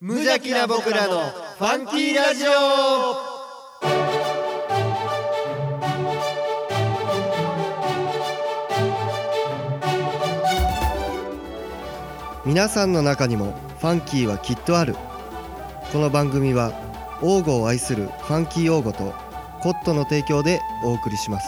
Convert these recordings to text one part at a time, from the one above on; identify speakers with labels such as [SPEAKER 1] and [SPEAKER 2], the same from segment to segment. [SPEAKER 1] 無邪気な僕らのファンキーラジオ
[SPEAKER 2] 皆さんの中にもファンキーはきっとあるこの番組は王吾を愛するファンキー王吾とコットの提供でお送りします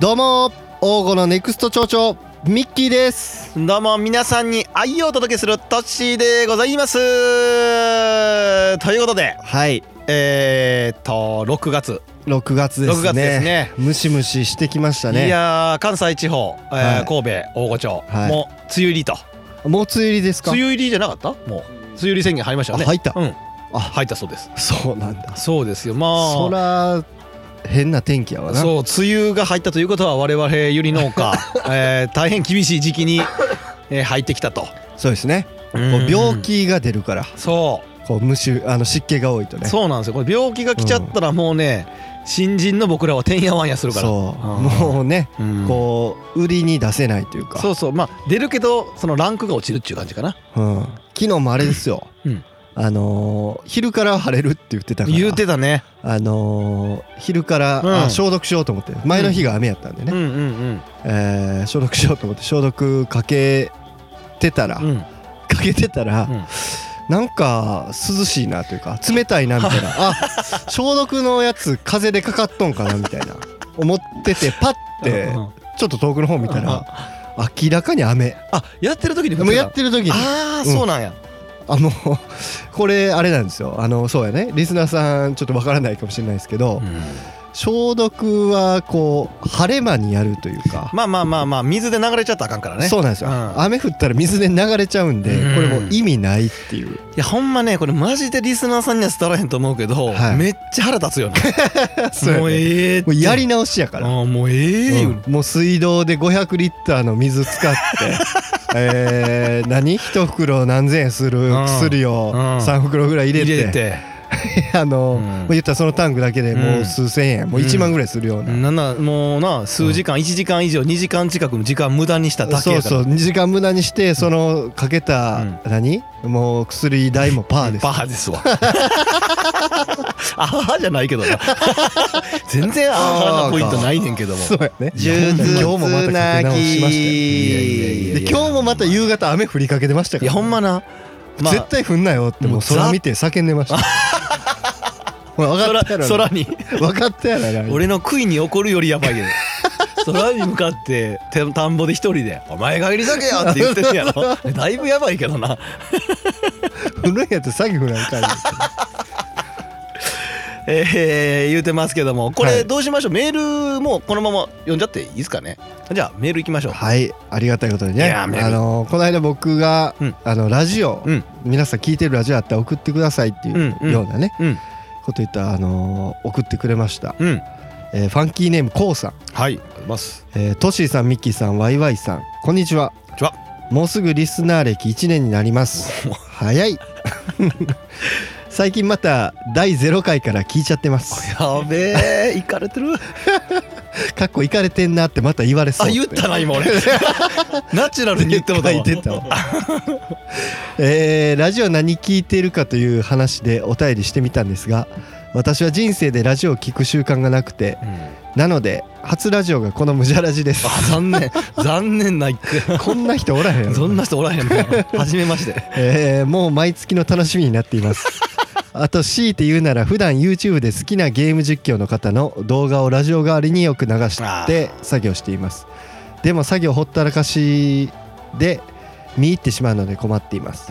[SPEAKER 2] どうも王吾のネクスト町長ミッキーです
[SPEAKER 1] どうも皆さんに愛をお届けするトッシーでございますということで
[SPEAKER 2] はい
[SPEAKER 1] えー、っと6月、
[SPEAKER 2] 6月ですね
[SPEAKER 1] 6月ですね
[SPEAKER 2] ムシムシしてきました
[SPEAKER 1] い
[SPEAKER 2] ね
[SPEAKER 1] やー関西地方、えー
[SPEAKER 2] はい
[SPEAKER 1] 神戸大御町、
[SPEAKER 2] はい
[SPEAKER 1] もう梅雨入りと
[SPEAKER 2] もう梅雨入りですか
[SPEAKER 1] 梅雨入りじゃなかったもう梅雨入り宣言入りましたよね
[SPEAKER 2] あ入った
[SPEAKER 1] うん
[SPEAKER 2] あ
[SPEAKER 1] 入ったそうです
[SPEAKER 2] そうなんだ
[SPEAKER 1] そうですよまあ
[SPEAKER 2] そら変な天気やわな
[SPEAKER 1] そう梅雨が入ったということは我々ゆり農 家、えー大変厳しい時期に、えー入ってきたと
[SPEAKER 2] そうですねこう病気が出るから
[SPEAKER 1] そ
[SPEAKER 2] こう虫あの湿気が多いと
[SPEAKER 1] う
[SPEAKER 2] ね
[SPEAKER 1] そうなんですよこれ病気が来ちゃったらもうね、新人の僕らはてんやわんやするから
[SPEAKER 2] そう
[SPEAKER 1] うん
[SPEAKER 2] もうね
[SPEAKER 1] うん
[SPEAKER 2] こう売りに出せないというか
[SPEAKER 1] そうそうまあ出るけどそのランクが落ちるっていう感じかな
[SPEAKER 2] うん昨日もあれですよ
[SPEAKER 1] うん
[SPEAKER 2] あのー昼から晴れるって言ってたから
[SPEAKER 1] 言うてたね
[SPEAKER 2] あのー昼から
[SPEAKER 1] うん
[SPEAKER 2] あ消毒しようと思って前の日が雨やったんでね
[SPEAKER 1] うんうん
[SPEAKER 2] えー消毒しようと思って消毒かけてたら、
[SPEAKER 1] うんうん
[SPEAKER 2] かけてたら、
[SPEAKER 1] うん
[SPEAKER 2] なんか涼しいなというか冷たいなみたい なあ消毒のやつ風でかかっとんかなみたいな思っててパッて
[SPEAKER 1] うんうん
[SPEAKER 2] ちょっと遠くの方見たら明らかに雨
[SPEAKER 1] あやってる時に降
[SPEAKER 2] もうやってる時に
[SPEAKER 1] ああ
[SPEAKER 2] うん
[SPEAKER 1] そうなんや、
[SPEAKER 2] あのこれあれなんですよあのそうやねリスナーさんちょっとわからないかもしれないですけ
[SPEAKER 1] う
[SPEAKER 2] ど、
[SPEAKER 1] ん
[SPEAKER 2] 消毒はこう晴れ間にやるというか
[SPEAKER 1] まあまあまあまあ水で流れちゃったらあかんからね
[SPEAKER 2] そうなんですよ、
[SPEAKER 1] うん
[SPEAKER 2] 雨降ったら水で流れちゃうんで、
[SPEAKER 1] うん
[SPEAKER 2] これもう意味ないっていう
[SPEAKER 1] いやほんまねこれマジでリスナーさんには伝わらへんと思うけど、
[SPEAKER 2] はい
[SPEAKER 1] めっちゃ腹立つよね
[SPEAKER 2] そうやね
[SPEAKER 1] もうええ
[SPEAKER 2] もうやり直しやから、
[SPEAKER 1] あもうええよ、
[SPEAKER 2] うんもう水道で500リッターの水使って えー、何一袋何千円する
[SPEAKER 1] うん
[SPEAKER 2] 薬を
[SPEAKER 1] うん
[SPEAKER 2] 3袋ぐらい入れて
[SPEAKER 1] 入れて
[SPEAKER 2] あの、
[SPEAKER 1] うん
[SPEAKER 2] もう言ったらそのタンクだけでもう数千円、もう1万ぐらいするような、
[SPEAKER 1] なんならもうな数時間、1時間以上2時間近くの時間無駄にしただけ
[SPEAKER 2] そう
[SPEAKER 1] やか
[SPEAKER 2] そう
[SPEAKER 1] ら
[SPEAKER 2] 2時間無駄にしてそのかけた、
[SPEAKER 1] うん
[SPEAKER 2] 何もう薬代もパーです
[SPEAKER 1] バーですわ あははじゃないけどな全然あははなポイントないねんけども
[SPEAKER 2] そうやね
[SPEAKER 3] 数珠
[SPEAKER 2] 今日もまたかけ直しましたよ
[SPEAKER 3] いやいやい
[SPEAKER 2] で今日もまた夕方雨降りかけてました
[SPEAKER 1] い
[SPEAKER 2] から
[SPEAKER 1] やほんまな、まあ、
[SPEAKER 2] 絶対降んなよってもう空見て叫んで ましたほら分かったやろ
[SPEAKER 1] 空空に
[SPEAKER 2] 分かったやろな
[SPEAKER 1] 俺の悔いに怒るよりやばいよ空に向かってて田んぼで一人で「お前が帰り酒けよ!」って言ってるやろだいぶやばいけどな
[SPEAKER 2] 降るんやったら詐欺降らんかい
[SPEAKER 1] えー、言うてますけどもこ
[SPEAKER 2] は
[SPEAKER 1] れ
[SPEAKER 2] い
[SPEAKER 1] どうしましょう、メールもこのまま読んじゃっていいですかねじゃあメールいきましょう
[SPEAKER 2] はいありがたいことに
[SPEAKER 1] い
[SPEAKER 2] ね
[SPEAKER 1] や
[SPEAKER 2] あ
[SPEAKER 1] めで
[SPEAKER 2] のこの間僕が、
[SPEAKER 1] うん
[SPEAKER 2] あのラジオ、
[SPEAKER 1] うん
[SPEAKER 2] 皆さん聞いてるラジオあったら送ってくださいっていう
[SPEAKER 1] うんうん
[SPEAKER 2] ようなね、
[SPEAKER 1] うん
[SPEAKER 2] こと言ったら、あの送ってくれました、
[SPEAKER 1] うん
[SPEAKER 2] えーファンキーネームこうさん、
[SPEAKER 1] はいあります
[SPEAKER 2] えートシーさんミッキーさんワイワイさんこんにちは
[SPEAKER 1] こんにちは
[SPEAKER 2] もうすぐリスナー歴1年になります早い最近また第0回から聞いちゃってます
[SPEAKER 1] やべえ 行かれてる
[SPEAKER 2] かっこいかれてんなってまた言われそう
[SPEAKER 1] あ言ったな今 俺ナチュラルに言っても
[SPEAKER 2] 書いてたわえーラジオ何聞いてるかという話でお便りしてみたんですが私は人生でラジオを聞く習慣がなくて
[SPEAKER 1] うん
[SPEAKER 2] なので初ラジオがこの無邪ラジです
[SPEAKER 1] あ残念残念な一句
[SPEAKER 2] こんな人おらへん やろ
[SPEAKER 1] そんな人おらへんの初めまして
[SPEAKER 2] えーもう毎月の楽しみになっています あと強いて言うなら普段 YouTube で好きなゲーム実況の方の動画をラジオ代わりによく流して作業していますでも作業ほったらかしで見入ってしまうので困っています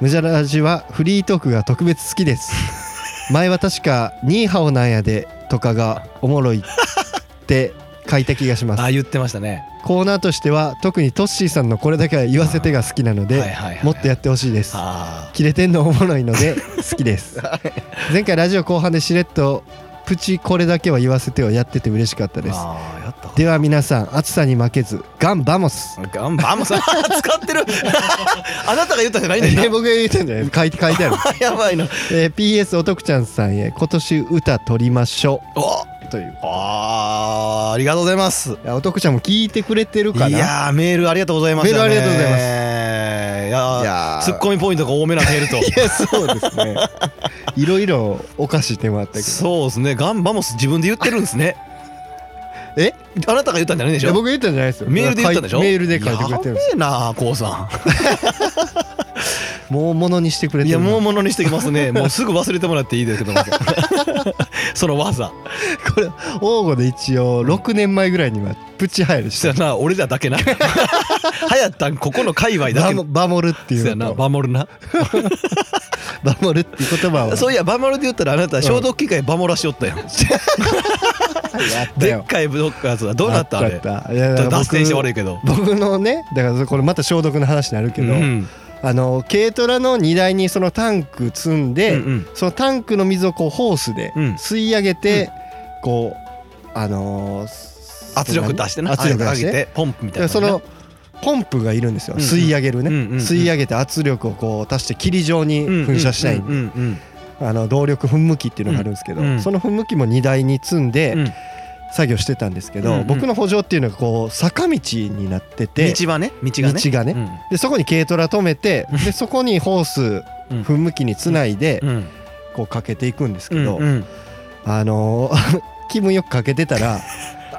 [SPEAKER 2] 無邪ラジはフリートークが特別好きです 前は確か「ニーハオなんやで」とかがおもろ いって書いた気がします
[SPEAKER 1] あ言ってましたね
[SPEAKER 2] コーナーとしては特にトッシーさんのこれだけは言わせてが好きなので、
[SPEAKER 1] はいはいはい
[SPEAKER 2] もっとやってほしいです
[SPEAKER 1] あ
[SPEAKER 2] 切れてんのおもろいの で好きです前回ラジオ後半でしれっとプチこれだけは言わせてをやってて嬉しかった
[SPEAKER 1] ー
[SPEAKER 2] です
[SPEAKER 1] あーやったか
[SPEAKER 2] では皆さん暑さに負けずガンバモス
[SPEAKER 1] ガンバンもさ使って るあなたが言ったんじゃないんだよな
[SPEAKER 2] 僕が言ってんだよ書いて書いてある、
[SPEAKER 1] やばいな
[SPEAKER 2] えー PS おとくちゃんさんへ今年歌取りましょ
[SPEAKER 1] お
[SPEAKER 2] うという
[SPEAKER 1] あーありがとうございます
[SPEAKER 2] いやおとくちゃんも聞いてくれてるかない
[SPEAKER 1] やーメールありがとうございました、ね、
[SPEAKER 2] メールありがとうございます
[SPEAKER 1] いや
[SPEAKER 2] い
[SPEAKER 1] い
[SPEAKER 2] やー
[SPEAKER 1] ツッコミポイントが多めなメールと
[SPEAKER 2] いやそうですね いろいろおかしい手もあったけど
[SPEAKER 1] そうですねガンバモス自分で言ってるんですね
[SPEAKER 2] え
[SPEAKER 1] あなたが言ったんじゃないで
[SPEAKER 2] い
[SPEAKER 1] し
[SPEAKER 2] や
[SPEAKER 1] ょ
[SPEAKER 2] 僕言ったんじゃないですよ
[SPEAKER 1] メールで言ったんでしょ
[SPEAKER 2] メールで書いてくれてるんです
[SPEAKER 1] やべえなこうさ
[SPEAKER 2] もうものにしてくれ
[SPEAKER 1] ん
[SPEAKER 2] て
[SPEAKER 1] いや
[SPEAKER 2] るな
[SPEAKER 1] もうものにしてきますねもうすぐ忘れてもらっていいですけど もその技
[SPEAKER 2] これ王吾で一応6年前ぐらいにはプチ流行りし
[SPEAKER 1] そ
[SPEAKER 2] て
[SPEAKER 1] やな俺らだけな 流行ったんここの界隈だ
[SPEAKER 2] バ
[SPEAKER 1] け
[SPEAKER 2] モバモルって
[SPEAKER 1] そ
[SPEAKER 2] いう
[SPEAKER 1] やな
[SPEAKER 2] のと
[SPEAKER 1] バモルな
[SPEAKER 2] バモルっていう言葉を
[SPEAKER 1] そういやバモルで言ったらあなた消毒機械バモらしよったや ん、
[SPEAKER 2] やった
[SPEAKER 1] でっ
[SPEAKER 2] よ
[SPEAKER 1] かいブロッカーズはどうなったあれ
[SPEAKER 2] あったいやだから
[SPEAKER 1] 脱線して
[SPEAKER 2] 僕
[SPEAKER 1] 悪いけど
[SPEAKER 2] 僕のねだからこれまた消毒の話になるけど、
[SPEAKER 1] うん
[SPEAKER 2] あの軽トラの荷台にそのタンク積んで、
[SPEAKER 1] うんうん
[SPEAKER 2] そのタンクの水をこうホースで
[SPEAKER 1] うん
[SPEAKER 2] 吸い上げて、こうあのー
[SPEAKER 1] 圧力出してな
[SPEAKER 2] 圧力出
[SPEAKER 1] 上
[SPEAKER 2] し
[SPEAKER 1] げ
[SPEAKER 2] て
[SPEAKER 1] てポンプみたい
[SPEAKER 2] で
[SPEAKER 1] な
[SPEAKER 2] そ
[SPEAKER 1] な
[SPEAKER 2] のポンプがいるんですよ、
[SPEAKER 1] うんうん
[SPEAKER 2] 吸い上げるね、
[SPEAKER 1] うんうんうん
[SPEAKER 2] 吸い上げて圧力をこう足して霧状に噴射したい、
[SPEAKER 1] うんうん
[SPEAKER 2] あの動力噴霧器っていうのがあるんですけど、
[SPEAKER 1] うんうん
[SPEAKER 2] その噴霧器も荷台に積ん
[SPEAKER 1] う
[SPEAKER 2] で
[SPEAKER 1] んうん
[SPEAKER 2] 作業してたんですけど、
[SPEAKER 1] うんうん
[SPEAKER 2] 僕の補助っていうのがこう坂道になってて
[SPEAKER 1] 道はね道がね
[SPEAKER 2] 道がねでそこに軽トラ止めてでそこにホース
[SPEAKER 1] うん
[SPEAKER 2] 噴霧器につないで
[SPEAKER 1] うんうん
[SPEAKER 2] こうかけていくんですけど、
[SPEAKER 1] うんうん
[SPEAKER 2] あの ー気分よくかけてたら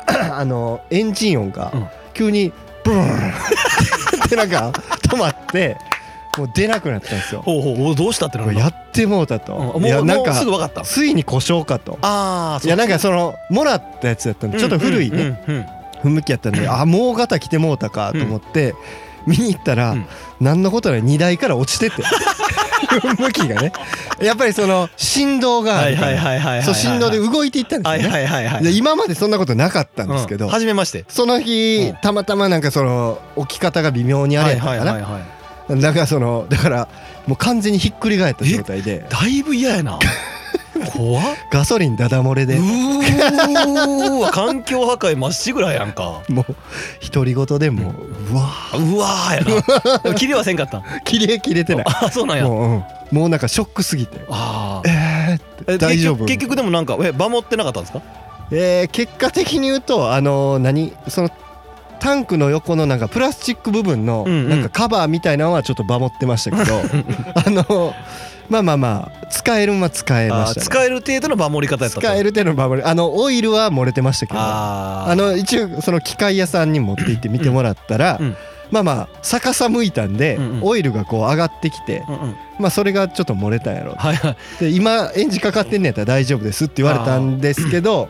[SPEAKER 2] あのーエンジン音が
[SPEAKER 1] うん
[SPEAKER 2] 急にブーン ってなんか止まってもう出なくなったんですよ。
[SPEAKER 1] ほうほうおどうしたってな
[SPEAKER 2] こ
[SPEAKER 1] る
[SPEAKER 2] れやってもうたと、
[SPEAKER 1] もう
[SPEAKER 2] いやなん
[SPEAKER 1] もう
[SPEAKER 2] か
[SPEAKER 1] すぐ分かった
[SPEAKER 2] ついに故障かと
[SPEAKER 1] ああ
[SPEAKER 2] いやなんかそのもらったやつだったんでちょっと古いね不向きやったんであもう型来てもうたかと思って見に行ったら
[SPEAKER 1] うん
[SPEAKER 2] 何のことない荷台から落ちてて不向きがね やっぱりその振動があ
[SPEAKER 1] はい
[SPEAKER 2] るか
[SPEAKER 1] はい
[SPEAKER 2] ら
[SPEAKER 1] はいはいはい
[SPEAKER 2] そう振動で動いていったんで
[SPEAKER 1] は
[SPEAKER 2] す
[SPEAKER 1] い
[SPEAKER 2] よね
[SPEAKER 1] はいはいはい
[SPEAKER 2] で今までそんなことなかったんですけ
[SPEAKER 1] う
[SPEAKER 2] ど
[SPEAKER 1] ん初めまして
[SPEAKER 2] その日
[SPEAKER 1] うん
[SPEAKER 2] たまたまなんかその置き方が微妙にあれやったかな
[SPEAKER 1] はい
[SPEAKER 2] なんかそのだからもう完全にひっくり返った状態で
[SPEAKER 1] だいぶ嫌や な怖っ
[SPEAKER 2] ガソリンダダ漏れ
[SPEAKER 1] う
[SPEAKER 2] で
[SPEAKER 1] ーわ環境破壊まっしぐらやんか
[SPEAKER 2] もう独り言でもううわー
[SPEAKER 1] うわーやなでも切りはせんかったん
[SPEAKER 2] 切れ切れてない
[SPEAKER 1] あそうなんや
[SPEAKER 2] もう、うん、もうなんかショックすぎて
[SPEAKER 1] あー
[SPEAKER 2] えー、
[SPEAKER 1] え
[SPEAKER 2] って大丈夫
[SPEAKER 1] 結局結局でもなんかえバモってなかったんですか
[SPEAKER 2] えー結果的に言うとあのー何そのタンクの横のなんかプラスチック部分の
[SPEAKER 1] うんうん
[SPEAKER 2] なんかカバーみたいなのはちょっと守ってまし たけど、あのーまあまあまあ使えるんは使えま
[SPEAKER 1] あ
[SPEAKER 2] し
[SPEAKER 1] ー
[SPEAKER 2] た、ね、
[SPEAKER 1] 使える程度の守り方やったと
[SPEAKER 2] 使える程度の守りあのオイルは漏れてましたけどあ
[SPEAKER 1] あー
[SPEAKER 2] の一応その機械屋さんに持って行って見てもらったら、
[SPEAKER 1] うん
[SPEAKER 2] まあまあ逆さ向いたんで、
[SPEAKER 1] うんうん
[SPEAKER 2] オイルがこう上がってきて、
[SPEAKER 1] うんうん
[SPEAKER 2] まあそれがちょっと漏れたんやろ
[SPEAKER 1] はいはい
[SPEAKER 2] で今エンジンかかってんねやったら大丈夫ですって言われたんですけど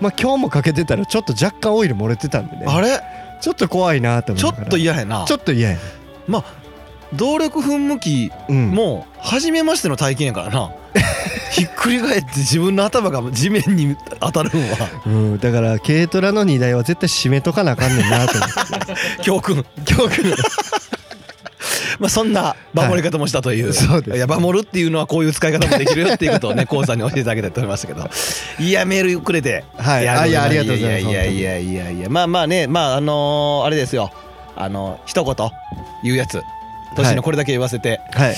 [SPEAKER 2] まあ今日もかけてたらちょっと若干オイル漏れてたんでね
[SPEAKER 1] あれ
[SPEAKER 2] ちょっと怖いなと思
[SPEAKER 1] ちょ
[SPEAKER 2] いなが
[SPEAKER 1] っ
[SPEAKER 2] ら
[SPEAKER 1] と嫌やな
[SPEAKER 2] ちょっと嫌や
[SPEAKER 1] まあ動力噴霧器
[SPEAKER 2] うん
[SPEAKER 1] もう初めましての体験やから なひっくり返って自分の頭が地面に当たるんは
[SPEAKER 2] うん、だから軽トラの荷台は絶対締めとかなあかんねんなと思って
[SPEAKER 1] 教訓教訓 まあそんな守り方もしたという,、
[SPEAKER 2] はいそうです
[SPEAKER 1] いや守るっていうのはこういう使い方もできるよっていうことを ねこうさんに教えてあげたいと思いましたけどいやメールくれて
[SPEAKER 2] はいあいやありがとうございます
[SPEAKER 1] やいやいやいやいやまあまあねまああのーあれですよあの一言言うやつ年のこれだけ言わせて、
[SPEAKER 2] はい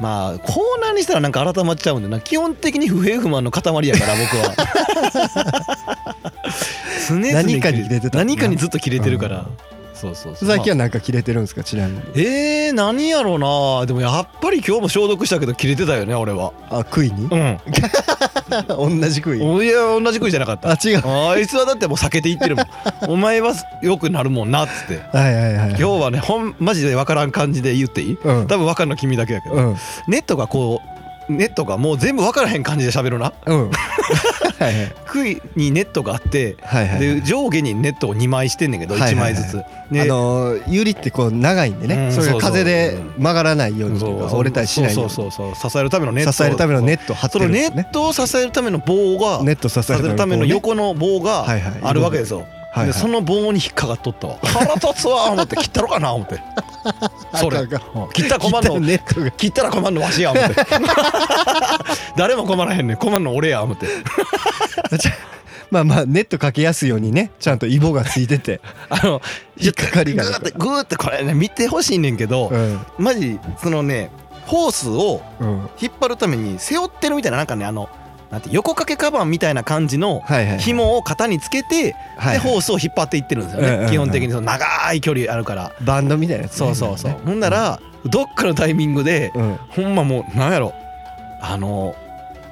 [SPEAKER 1] まあコーナーにしたらなんか改まっちゃうんでな基本的に不平不満の塊やから僕は 常々
[SPEAKER 2] 何かに切れてた
[SPEAKER 1] 何かにずっと切れてるから、
[SPEAKER 2] うん
[SPEAKER 1] そうそうそう
[SPEAKER 2] 最近はなんか切れてるんですかちなみに
[SPEAKER 1] えー、何やろうなでもやっぱり今日も消毒したけど切れてたよね俺は
[SPEAKER 2] あ杭に
[SPEAKER 1] うん
[SPEAKER 2] 同じ 杭
[SPEAKER 1] おいや同じ食いじゃな かっ
[SPEAKER 2] あ
[SPEAKER 1] た
[SPEAKER 2] 違う
[SPEAKER 1] あいつはだってもう避けていってるもんお前は良くなるもんなっつって
[SPEAKER 2] はいはいはい
[SPEAKER 1] 今日はねほんマジで分からん感じで言っていい、
[SPEAKER 2] うん
[SPEAKER 1] 多分分かんの君だけやけど、
[SPEAKER 2] うん
[SPEAKER 1] ネットがこうネットがもう全部分からへん感じで喋るな
[SPEAKER 2] うん はいはい
[SPEAKER 1] 杭にネットがあって
[SPEAKER 2] はいはい
[SPEAKER 1] で上下にネットを2枚してんねんけど
[SPEAKER 2] はいはい
[SPEAKER 1] 1
[SPEAKER 2] はい
[SPEAKER 1] 枚ずつ。
[SPEAKER 2] あ
[SPEAKER 1] で
[SPEAKER 2] のーユリってこう長いんでね、
[SPEAKER 1] うん
[SPEAKER 2] それ
[SPEAKER 1] そ
[SPEAKER 2] が
[SPEAKER 1] うそう
[SPEAKER 2] 風で曲がらないようにというか折れたりしないよう
[SPEAKER 1] そ
[SPEAKER 2] に
[SPEAKER 1] うそうそうそう支えるためのネットを
[SPEAKER 2] 支えるためのネットを張っ
[SPEAKER 1] そ
[SPEAKER 2] て
[SPEAKER 1] の
[SPEAKER 2] るんで
[SPEAKER 1] ネ
[SPEAKER 2] すね
[SPEAKER 1] ットを支えるための棒が
[SPEAKER 2] ネットを支
[SPEAKER 1] 支えるための
[SPEAKER 2] 棒ね
[SPEAKER 1] 横の棒が
[SPEAKER 2] はいはい
[SPEAKER 1] あるわけですよ。
[SPEAKER 2] はいはい
[SPEAKER 1] でその棒に引っかかっとったわ腹立つわ思って切ったろかな思ってそれ
[SPEAKER 2] あかんあ
[SPEAKER 1] うん切ったら困
[SPEAKER 2] 切
[SPEAKER 1] ん
[SPEAKER 2] っ
[SPEAKER 1] の
[SPEAKER 2] たネットが
[SPEAKER 1] 切ったら困んのわしや思って 誰も困らへんねん困んの俺や思って
[SPEAKER 2] じゃあ まあまあネットかけやすいようにねちゃんとイボがついて て
[SPEAKER 1] あの
[SPEAKER 2] 引っかかり
[SPEAKER 1] グ
[SPEAKER 2] が
[SPEAKER 1] ーっ
[SPEAKER 2] な
[SPEAKER 1] て
[SPEAKER 2] い
[SPEAKER 1] グーってこれね見てほしいねんけど、
[SPEAKER 2] うん
[SPEAKER 1] マジそのねホースを
[SPEAKER 2] うんは
[SPEAKER 1] 引っ張るために背負ってるみたいななんかねあのなんて横掛けカバンみたいな感じの
[SPEAKER 2] いはい
[SPEAKER 1] 紐を肩につけて、
[SPEAKER 2] はい
[SPEAKER 1] でホースを引っ張っていってるんですよね、
[SPEAKER 2] うんうんうん
[SPEAKER 1] 基本的にその長い距離あるから、
[SPEAKER 2] バンドみたいなやつね
[SPEAKER 1] そうそうそう、ほんなら、どっかのタイミングで、
[SPEAKER 2] うん
[SPEAKER 1] ほんまもうなんやろあの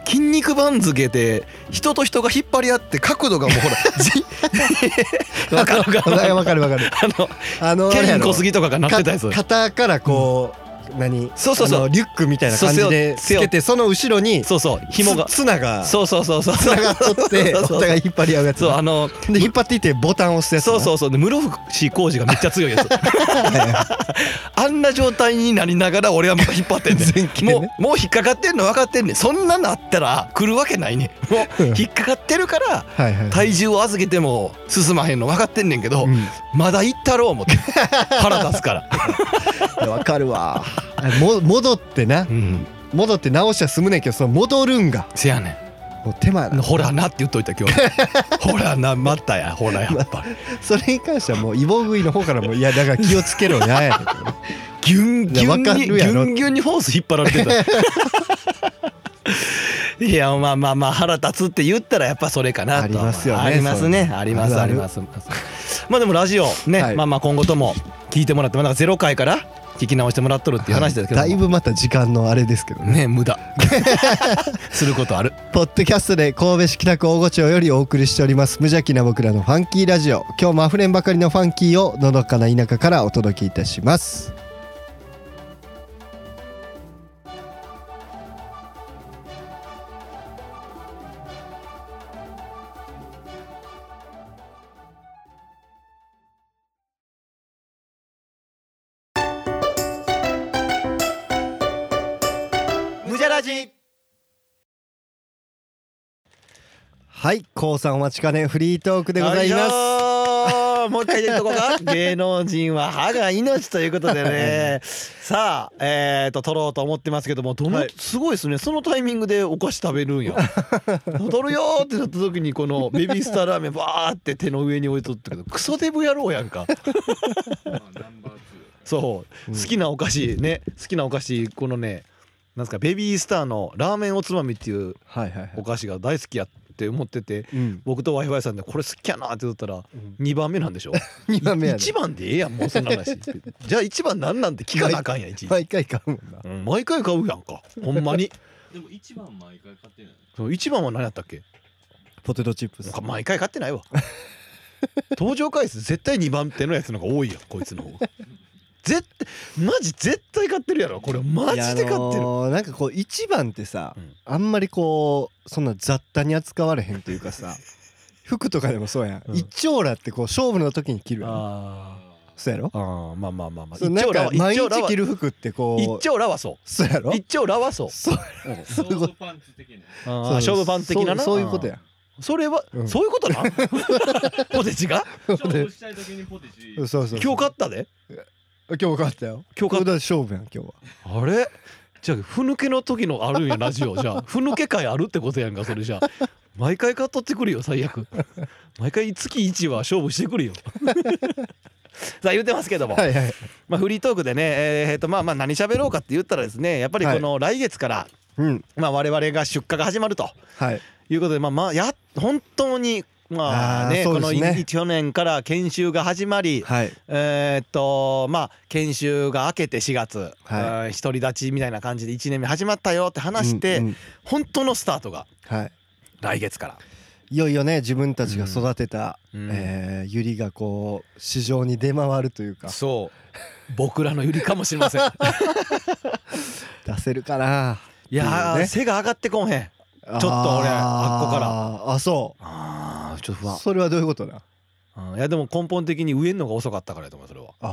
[SPEAKER 1] 筋肉番付で人と人が引っ張り合って角度がもうほ らじわかるわかる
[SPEAKER 2] わかるわかるわかる
[SPEAKER 1] あの
[SPEAKER 2] あの
[SPEAKER 1] ケビン小杉とかがな
[SPEAKER 2] あ
[SPEAKER 1] っ
[SPEAKER 2] れや
[SPEAKER 1] てた
[SPEAKER 2] ろ
[SPEAKER 1] やつ
[SPEAKER 2] か肩からこう何
[SPEAKER 1] そうそうそう
[SPEAKER 2] あのリュックみたいな感じ
[SPEAKER 1] そ
[SPEAKER 2] で
[SPEAKER 1] う背
[SPEAKER 2] つ
[SPEAKER 1] 負
[SPEAKER 2] けてその後ろに
[SPEAKER 1] そうそう紐が
[SPEAKER 2] つ綱が
[SPEAKER 1] そうそうそうそう
[SPEAKER 2] 綱が取っ て
[SPEAKER 1] そうそうそう
[SPEAKER 2] お互い引っ張り合うやつ
[SPEAKER 1] そうあの
[SPEAKER 2] で引っ張っていってボタンを押すやつな
[SPEAKER 1] そうそうそうで室伏浩二がめっちゃ強い やつあんな状態になりながら俺はもう引っ張ってんねん
[SPEAKER 2] 前傾ね
[SPEAKER 1] もうもう引っかかってんの分かってんねんそんなのあったら来るわけないねんもう引っかかってるから
[SPEAKER 2] はいはい
[SPEAKER 1] 体重を預けても進まへんの分かってんねんけど、
[SPEAKER 2] うんい
[SPEAKER 1] まだ行ったろう思 って腹立つから、
[SPEAKER 2] やわかるわ あれも戻ってな
[SPEAKER 1] うん、
[SPEAKER 2] 戻って直しは済むねんけどその戻るんが
[SPEAKER 1] せやねん
[SPEAKER 2] もう手間
[SPEAKER 1] ほらなって言っといた今日 ほらなまたやほらやっぱり
[SPEAKER 2] それに関してはもうイボ食いの方からもいやだから気をつけろや やねんけどね
[SPEAKER 1] ギュンギュン
[SPEAKER 2] いやわか
[SPEAKER 1] にギ
[SPEAKER 2] るやろ
[SPEAKER 1] ュンギュンにホース引っ張られ てたいやまあまあまあ腹立つって言ったらやっぱそれかなとは
[SPEAKER 2] ありますよね
[SPEAKER 1] あります
[SPEAKER 2] そういう
[SPEAKER 1] ね
[SPEAKER 2] の
[SPEAKER 1] ありますあ
[SPEAKER 2] あ
[SPEAKER 1] り
[SPEAKER 2] る
[SPEAKER 1] ま
[SPEAKER 2] あ
[SPEAKER 1] すまあでもラジオね、
[SPEAKER 2] はい
[SPEAKER 1] まあまあ今後とも聞いてもらってまあなんかゼロ回から聞き直してもらっとるっていう話ですけども、
[SPEAKER 2] だいぶまた時間のあれですけどね
[SPEAKER 1] ね無駄 することある
[SPEAKER 2] ポッドキャストで神戸市北区大御町よりお送りしております無邪気な僕らのファンキーラジオ今日もあふれんばかりのファンキーをのどかな田舎からお届けいたします
[SPEAKER 1] 無邪ラジ
[SPEAKER 2] はい高さんお待ちかねフリートークでございます
[SPEAKER 1] す。もう一回言っとこうか。 芸能人は歯が命ということでね。さあ、えっ、と、取ろうと思ってますけども、どの、
[SPEAKER 2] はい
[SPEAKER 1] すごいですね。そのタイミングでお菓子食べる んや。取るよーってなった時に、このベビースターラーメンバーって手の上に置いとったけど、クソデブ野郎やんか。そう、好きなお菓子ね、好きなお菓子、このね。なんですか、ベビースターのラーメンおつまみっていう
[SPEAKER 2] はいはいは
[SPEAKER 1] お菓子が大好きやって思ってて。
[SPEAKER 2] うん
[SPEAKER 1] 僕とワイワイさんでこれ好きやなって言ったら
[SPEAKER 2] ん
[SPEAKER 1] 2番目なんで しょ
[SPEAKER 2] 2番目やね
[SPEAKER 1] 1番でええやんもうそんな話 じゃあ1番なんなんて聞かなあかんやんいちいち
[SPEAKER 2] 毎回買うもんな
[SPEAKER 1] うん毎回買うやんかほんまに
[SPEAKER 3] でも一番毎回買ってない。
[SPEAKER 1] そう1番は何やったっけ
[SPEAKER 2] ポテトチップス
[SPEAKER 1] なんか毎回買って ないわ登場回数絶対2番手のやつの方が多いやんこいつの方が絶対マジ絶対買ってるやろこれマジで買ってる、
[SPEAKER 2] いやあのーなんかこう1番ってさ、
[SPEAKER 1] うん
[SPEAKER 2] あんまりこうそんな雑多に扱われへんというか さ服とかでもそうやん、
[SPEAKER 1] うん
[SPEAKER 2] 一丁羅ってこう勝負の時に着るやん
[SPEAKER 1] あ
[SPEAKER 2] そうやろ
[SPEAKER 1] ーあーまあまあまあまあ
[SPEAKER 2] そうなんか
[SPEAKER 1] 一
[SPEAKER 2] 毎
[SPEAKER 1] 丁羅
[SPEAKER 2] 日
[SPEAKER 1] は
[SPEAKER 2] 着る服ってこ
[SPEAKER 1] 一
[SPEAKER 2] う
[SPEAKER 1] 丁羅はそ
[SPEAKER 2] そうやろ
[SPEAKER 1] う一丁羅はそう
[SPEAKER 2] そう
[SPEAKER 1] うん
[SPEAKER 3] ソードパンツ的な。
[SPEAKER 1] あー勝負パン的なな
[SPEAKER 2] そうそういうことや
[SPEAKER 1] それは、
[SPEAKER 2] うん
[SPEAKER 1] そういうこと なんポテチが
[SPEAKER 3] 勝負したい時にポテチ。
[SPEAKER 2] そうそうそう
[SPEAKER 1] 今日勝ったで
[SPEAKER 2] 今日勝ったよ
[SPEAKER 1] 今日勝った
[SPEAKER 2] だって勝負やん今日は
[SPEAKER 1] あれじゃあふぬけの時のあるんやラジオじ ゃあふぬけ会あるってことやんかそれじゃあ毎回買っとってくるよ最悪毎回月1は勝負してくる よさあ言ってますけども、
[SPEAKER 2] はいはい
[SPEAKER 1] まあ、フリートークでねえーえーとまあまあ何喋ろうかって言ったらですねやっぱりこの来月から、
[SPEAKER 2] うん
[SPEAKER 1] まあ、我々が出荷が始まると
[SPEAKER 2] はい
[SPEAKER 1] いうことでまあまあや本当にまあね
[SPEAKER 2] あー
[SPEAKER 1] こ
[SPEAKER 2] そ
[SPEAKER 1] の
[SPEAKER 2] うですね
[SPEAKER 1] い去年から研修が始まり、
[SPEAKER 2] はい
[SPEAKER 1] えーっとまあ研修が明けて4月、
[SPEAKER 2] はい
[SPEAKER 1] うん独り立ちみたいな感じで1年目始まったよって話して、
[SPEAKER 2] うんうん
[SPEAKER 1] 本当のスタートが
[SPEAKER 2] はい
[SPEAKER 1] 来月から。
[SPEAKER 2] いよいよね自分たちが育てた、
[SPEAKER 1] うん
[SPEAKER 2] えーゆりがこう市場に出回るというか
[SPEAKER 1] そう僕らのゆりかもしれま せんい
[SPEAKER 2] 出せるかな
[SPEAKER 1] やー、
[SPEAKER 2] ね
[SPEAKER 1] 背が上がってこんへん
[SPEAKER 2] ちょっ
[SPEAKER 1] と俺あっこから
[SPEAKER 2] らあそ
[SPEAKER 1] あーちょっと
[SPEAKER 2] うそれはどういうことな
[SPEAKER 1] うんいやでも根本的に植えるのが遅かったからやと思うそれは
[SPEAKER 2] あ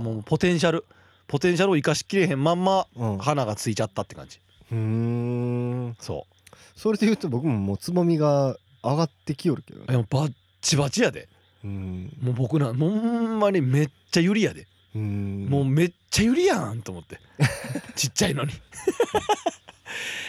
[SPEAKER 1] もうポテンシャルポテンシャルを生かしきれへんまんま
[SPEAKER 2] うん
[SPEAKER 1] 花がついちゃったって感じ
[SPEAKER 2] うーん
[SPEAKER 1] そ
[SPEAKER 2] それで言うと僕ももうつぼみが上がってきよるけど
[SPEAKER 1] うで
[SPEAKER 2] ね
[SPEAKER 1] もバッチバチやで
[SPEAKER 2] うん
[SPEAKER 1] もう僕なんほんまにめっちゃゆりやで
[SPEAKER 2] うん
[SPEAKER 1] もうめっちゃゆりやんと思ってちっちゃいのに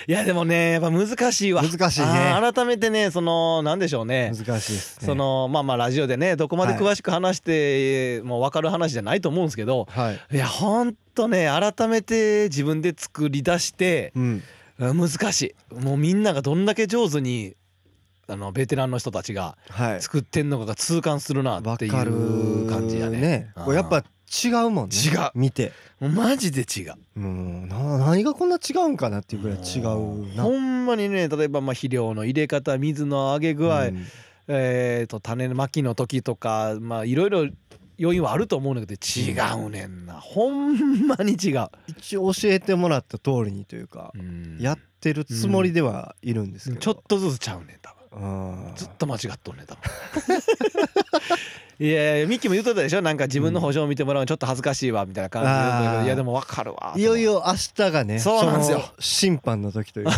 [SPEAKER 1] いやでもねやっぱ難しいわ
[SPEAKER 2] 難しいね
[SPEAKER 1] あー改めてねそのなんでしょうね
[SPEAKER 2] 難しいですね
[SPEAKER 1] そのまあまあラジオでねどこまで
[SPEAKER 2] はい
[SPEAKER 1] 詳しく話して、もう分かる話じゃないと思うんですけど
[SPEAKER 2] はい
[SPEAKER 1] いやほんとね改めて自分で作り出して
[SPEAKER 2] うん
[SPEAKER 1] うん難しいもうみんながどんだけ上手にあのベテランの人たちが
[SPEAKER 2] はい
[SPEAKER 1] 作ってんのかが痛感するな
[SPEAKER 2] わ
[SPEAKER 1] ってい
[SPEAKER 2] かる
[SPEAKER 1] う感じやねうん
[SPEAKER 2] これやっぱ違うもんね
[SPEAKER 1] 違う
[SPEAKER 2] 見て
[SPEAKER 1] マジで違う
[SPEAKER 2] うんな何がこんな違うんかなっていうぐらい違うな
[SPEAKER 1] ほんまにね例えばまあ肥料の入れ方水の上げ具合、
[SPEAKER 2] うん
[SPEAKER 1] えー、と種まきの時とかまあいろいろ要因はあると思うんだけど違うねんなほんまに違う、
[SPEAKER 2] 一応教えてもらった通りにというか
[SPEAKER 1] うん
[SPEAKER 2] やってるつもりではいるんですけど
[SPEAKER 1] ちょっとずつちゃうねん多分
[SPEAKER 2] うん
[SPEAKER 1] ずっと間違っとんねん多分 いやいやミッキーも言っとったでしょなんか自分の補助を見てもらうのちょっと恥ずかしいわみたいな感じで言うとったけ
[SPEAKER 2] あ
[SPEAKER 1] ど
[SPEAKER 2] ー
[SPEAKER 1] いやでも分かるわ
[SPEAKER 2] いよいよ明日がね
[SPEAKER 1] そうなんですよ
[SPEAKER 2] その審判の時 というか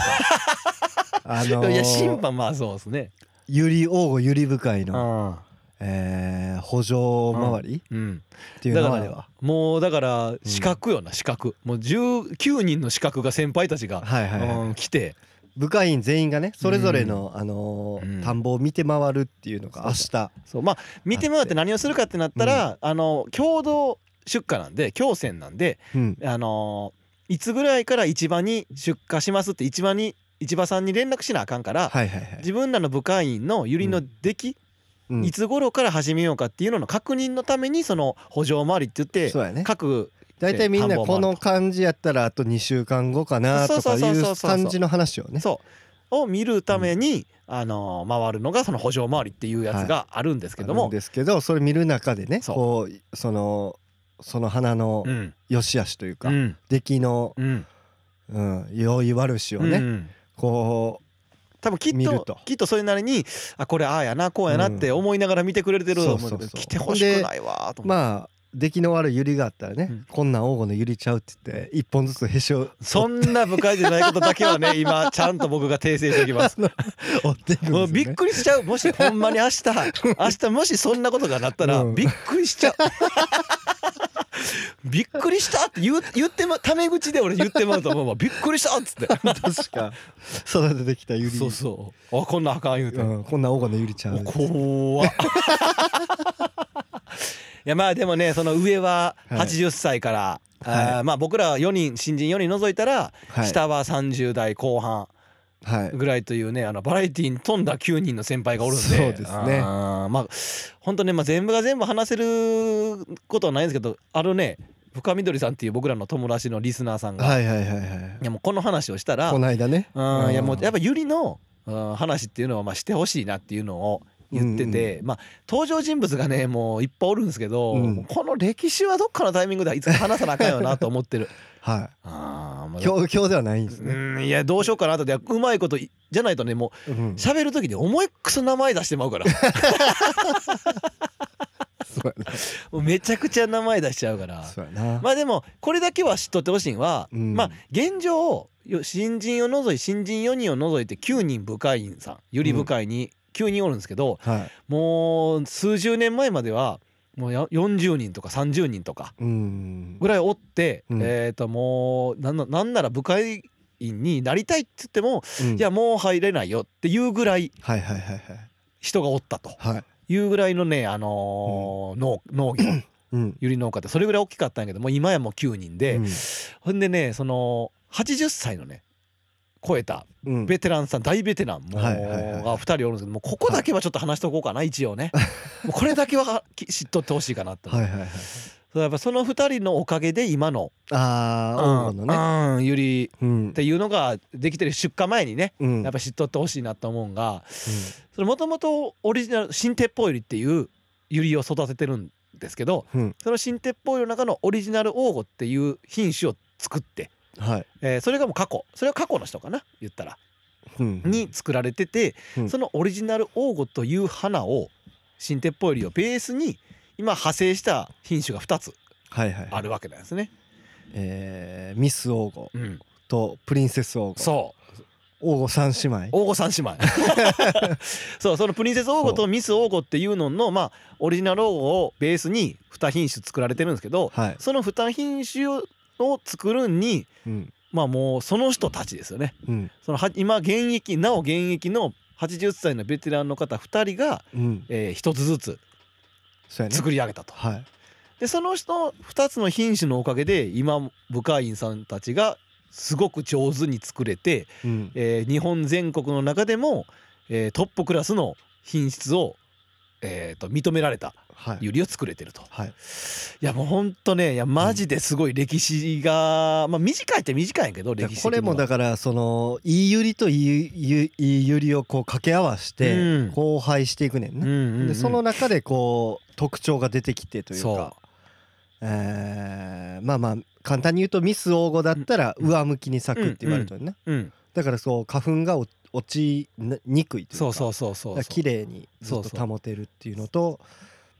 [SPEAKER 2] あ
[SPEAKER 1] と
[SPEAKER 2] の
[SPEAKER 1] 思う
[SPEAKER 2] ー
[SPEAKER 1] いや審判まあそうですね
[SPEAKER 2] ゆり王吾ゆり部会
[SPEAKER 1] う
[SPEAKER 2] の、
[SPEAKER 1] ん
[SPEAKER 2] えー補助回り
[SPEAKER 1] うん
[SPEAKER 2] っていう
[SPEAKER 1] だ
[SPEAKER 2] の
[SPEAKER 1] か
[SPEAKER 2] まで
[SPEAKER 1] ら
[SPEAKER 2] は
[SPEAKER 1] もうだから資格よな資格もう19人の資格が先輩たちが、
[SPEAKER 2] はいはいはい、
[SPEAKER 1] うん、来て
[SPEAKER 2] 部会員全員がねそれぞれの、あのー
[SPEAKER 1] うん
[SPEAKER 2] 田んぼを見て回るっていうのが明日
[SPEAKER 1] そうまあ見てもらって何をするかってなったら、あの共同出荷なんで共選なんで
[SPEAKER 2] うん
[SPEAKER 1] あのいつぐらいから市場に出荷しますって市場に市場さんに連絡しなあかんから、
[SPEAKER 2] はいはいはい、
[SPEAKER 1] 自分らの部会員のユリの出来、
[SPEAKER 2] うん
[SPEAKER 1] いつ頃から始めようかっていうのの確認のためにその補助回りって言って
[SPEAKER 2] そうやね
[SPEAKER 1] 各
[SPEAKER 2] 大体みん
[SPEAKER 1] 田ん
[SPEAKER 2] な
[SPEAKER 1] ぼを
[SPEAKER 2] この感じやったらあと2週間後かなとかい
[SPEAKER 1] そうそうそうそう
[SPEAKER 2] う
[SPEAKER 1] そう
[SPEAKER 2] 感じの話をね
[SPEAKER 1] そうを見るために、あの回るのがその補助回りっていうやつがあるんですけど
[SPEAKER 2] ある
[SPEAKER 1] も
[SPEAKER 2] ん、ですけどそれ見る中でね
[SPEAKER 1] そう
[SPEAKER 2] こうそのその花の
[SPEAKER 1] うん
[SPEAKER 2] 良し悪しというか、
[SPEAKER 1] うん
[SPEAKER 2] 出来の
[SPEAKER 1] うん
[SPEAKER 2] うん、良い悪しを
[SPEAKER 1] う
[SPEAKER 2] ね、
[SPEAKER 1] ん
[SPEAKER 2] こ
[SPEAKER 1] 多分き
[SPEAKER 2] 見
[SPEAKER 1] っ
[SPEAKER 2] る
[SPEAKER 1] と
[SPEAKER 2] と
[SPEAKER 1] きっとそれなりにあこれああやなこうやなって思いながら見てくれてると思うけ
[SPEAKER 2] そうそう
[SPEAKER 1] ど
[SPEAKER 2] そう
[SPEAKER 1] 来てほしくないわーと
[SPEAKER 2] う
[SPEAKER 1] 思って、
[SPEAKER 2] まあ出来の悪いユリがあったらね、
[SPEAKER 1] うん
[SPEAKER 2] こんなん黄金のユリちゃうって言って一本ずつへしを
[SPEAKER 1] そんな部会じゃないことだけはね今ちゃんと僕が訂正しておきます。
[SPEAKER 2] 折っていくんですよ、
[SPEAKER 1] も
[SPEAKER 2] ね、
[SPEAKER 1] うびっくりしちゃうもしほんまに明日明日もしそんなことがなったら
[SPEAKER 2] うん
[SPEAKER 1] びっくりしちゃう。 びっくりしたって言う言ってまタメ口で俺言ってまうと思うわびっくりしたっつって
[SPEAKER 2] 確か育ててきたユリ
[SPEAKER 1] そうそうあこんなんあかん言うて、
[SPEAKER 2] うん、こんなん黄金のユリちゃう
[SPEAKER 1] お怖っ いやまあでもねその上は
[SPEAKER 2] はい
[SPEAKER 1] 80歳から、
[SPEAKER 2] はい
[SPEAKER 1] あーまあ僕らは4人新人4人除いたら、
[SPEAKER 2] はい、
[SPEAKER 1] 下は30代後半
[SPEAKER 2] はい、
[SPEAKER 1] ぐらいというねあのバラエティーに富んだ9人の先輩がおるんで
[SPEAKER 2] そうですね
[SPEAKER 1] あーまあ本当ね、まあ、全部が全部話せることはないんですけどあるね深緑さんっていう僕らの友達のリスナーさんが、い、
[SPEAKER 2] はいはいはいはい
[SPEAKER 1] やもうこの話をしたら
[SPEAKER 2] この間ね
[SPEAKER 1] うん、いやもうやっ
[SPEAKER 2] ぱ
[SPEAKER 1] ぱゆりの、うん、話っていうのはまあしてほしいなっていうのを言ってて、まあ登場人物がねもういっぱいおるんですけど、
[SPEAKER 2] うん
[SPEAKER 1] この歴史はどっかのタイミングではいつか話さなあかんよなと思ってる
[SPEAKER 2] は
[SPEAKER 1] ああま
[SPEAKER 2] い
[SPEAKER 1] あ
[SPEAKER 2] 今日今日ではないんですね、
[SPEAKER 1] うんいやどうしようかなとでうまいこといじゃないとねも
[SPEAKER 2] うん
[SPEAKER 1] う喋る時に思いっくそ名前出してまうから
[SPEAKER 2] そうや
[SPEAKER 1] もうめちゃくちゃ名前出しちゃうから
[SPEAKER 2] なそうやな、
[SPEAKER 1] まあでもこれだけは知っとってほしいんは、
[SPEAKER 2] うん
[SPEAKER 1] まあ現状よ新人を除い新人4人を除いて9人部会員さんゆり部会に9人おるんですけど、
[SPEAKER 2] はい
[SPEAKER 1] もう数十年前まではもうや40人とか30人とか
[SPEAKER 2] うん
[SPEAKER 1] ぐらいおって、
[SPEAKER 2] うん
[SPEAKER 1] えー、ともうなんななんなら部会員になりたいって言っても、
[SPEAKER 2] うん
[SPEAKER 1] いやもう入れないよっていうぐらい
[SPEAKER 2] はいはいはい
[SPEAKER 1] 人がおったと
[SPEAKER 2] はいはい
[SPEAKER 1] いうぐらいのね、あの ー農農業
[SPEAKER 2] うん
[SPEAKER 1] ゆり農家ってそれぐらい大きかったんやけどもう今やもう9人で。
[SPEAKER 2] うん
[SPEAKER 1] ほんでねその80歳のね超えた
[SPEAKER 2] うん
[SPEAKER 1] ベテランさん大ベテランもう
[SPEAKER 2] はいはいはい
[SPEAKER 1] が2人おるんですけどもうここだけはちょっと話しとこうかな一応ねもうこれだけはき知っとってほしいかなって思
[SPEAKER 2] は
[SPEAKER 1] う
[SPEAKER 2] いはいはい
[SPEAKER 1] そうやっぱその2人のおかげで今の
[SPEAKER 2] ああ、黄金の
[SPEAKER 1] う
[SPEAKER 2] ね。
[SPEAKER 1] んゆり
[SPEAKER 2] うん
[SPEAKER 1] っていうのができてる出荷前にね
[SPEAKER 2] うん
[SPEAKER 1] やっぱ知っとってほしいなと思うんが
[SPEAKER 2] う
[SPEAKER 1] それもともとオリジナル新鉄砲ゆりっていうゆりを育ててるんですけど
[SPEAKER 2] んうん
[SPEAKER 1] その新鉄砲ゆりの中のオリジナル黄金っていう品種を作って
[SPEAKER 2] はい。
[SPEAKER 1] えーそれがもう過去それは過去の人かな言ったら
[SPEAKER 2] うん
[SPEAKER 1] に作られてて、
[SPEAKER 2] うん
[SPEAKER 1] そのオリジナル王ゴという花を新鉄砲よりをベースに今派生した品種が2つ
[SPEAKER 2] はいはい。
[SPEAKER 1] あるわけなんですね。
[SPEAKER 2] えーミス王子
[SPEAKER 1] うん、
[SPEAKER 2] とプリンセス王子。
[SPEAKER 1] そう
[SPEAKER 2] 王子三姉妹。
[SPEAKER 1] 王子三姉 妹そうそのプリンセス王ゴとミス王ゴっていうののまあオリジナル王ゴをベースに2品種作られてるんですけど
[SPEAKER 2] はい。
[SPEAKER 1] その2品種をを作るに
[SPEAKER 2] うん
[SPEAKER 1] まあもうその人たちですよね
[SPEAKER 2] うん
[SPEAKER 1] そのは今現役なお現役の80歳のベテランの方2人が、
[SPEAKER 2] うん
[SPEAKER 1] え1つずつ
[SPEAKER 2] そうやね
[SPEAKER 1] 作り上げたと、
[SPEAKER 2] はい
[SPEAKER 1] でその人2つの品種のおかげで今部会員さんたちがすごく上手に作れて、
[SPEAKER 2] うん
[SPEAKER 1] えー日本全国の中でも、えートップクラスの品質を、えーと認められた
[SPEAKER 2] はい
[SPEAKER 1] ユリを作れてると。
[SPEAKER 2] はい
[SPEAKER 1] いやもうほんとねいやマジですごい歴史が、まあ短いって短いんやけど
[SPEAKER 2] だか
[SPEAKER 1] 歴
[SPEAKER 2] ら
[SPEAKER 1] 史
[SPEAKER 2] これもだ
[SPEAKER 1] か
[SPEAKER 2] からそのいいゆりといいゆいいゆりをこう掛け合わせ
[SPEAKER 1] う
[SPEAKER 2] て
[SPEAKER 1] ん
[SPEAKER 2] 交配していくねん
[SPEAKER 1] うん
[SPEAKER 2] ね、
[SPEAKER 1] うんうん
[SPEAKER 2] でその中でこう特徴が出てきてという
[SPEAKER 1] そう
[SPEAKER 2] かえーまあまあ簡単に言うとミス黄金だったら
[SPEAKER 1] うん
[SPEAKER 2] 上向きに咲くって言われてるね、
[SPEAKER 1] うん、
[SPEAKER 2] だからそう花粉が落落ちにくいというか
[SPEAKER 1] そうそうそうそう
[SPEAKER 2] だから綺麗にずっ
[SPEAKER 1] そう
[SPEAKER 2] と
[SPEAKER 1] そう
[SPEAKER 2] 保てるっていうのと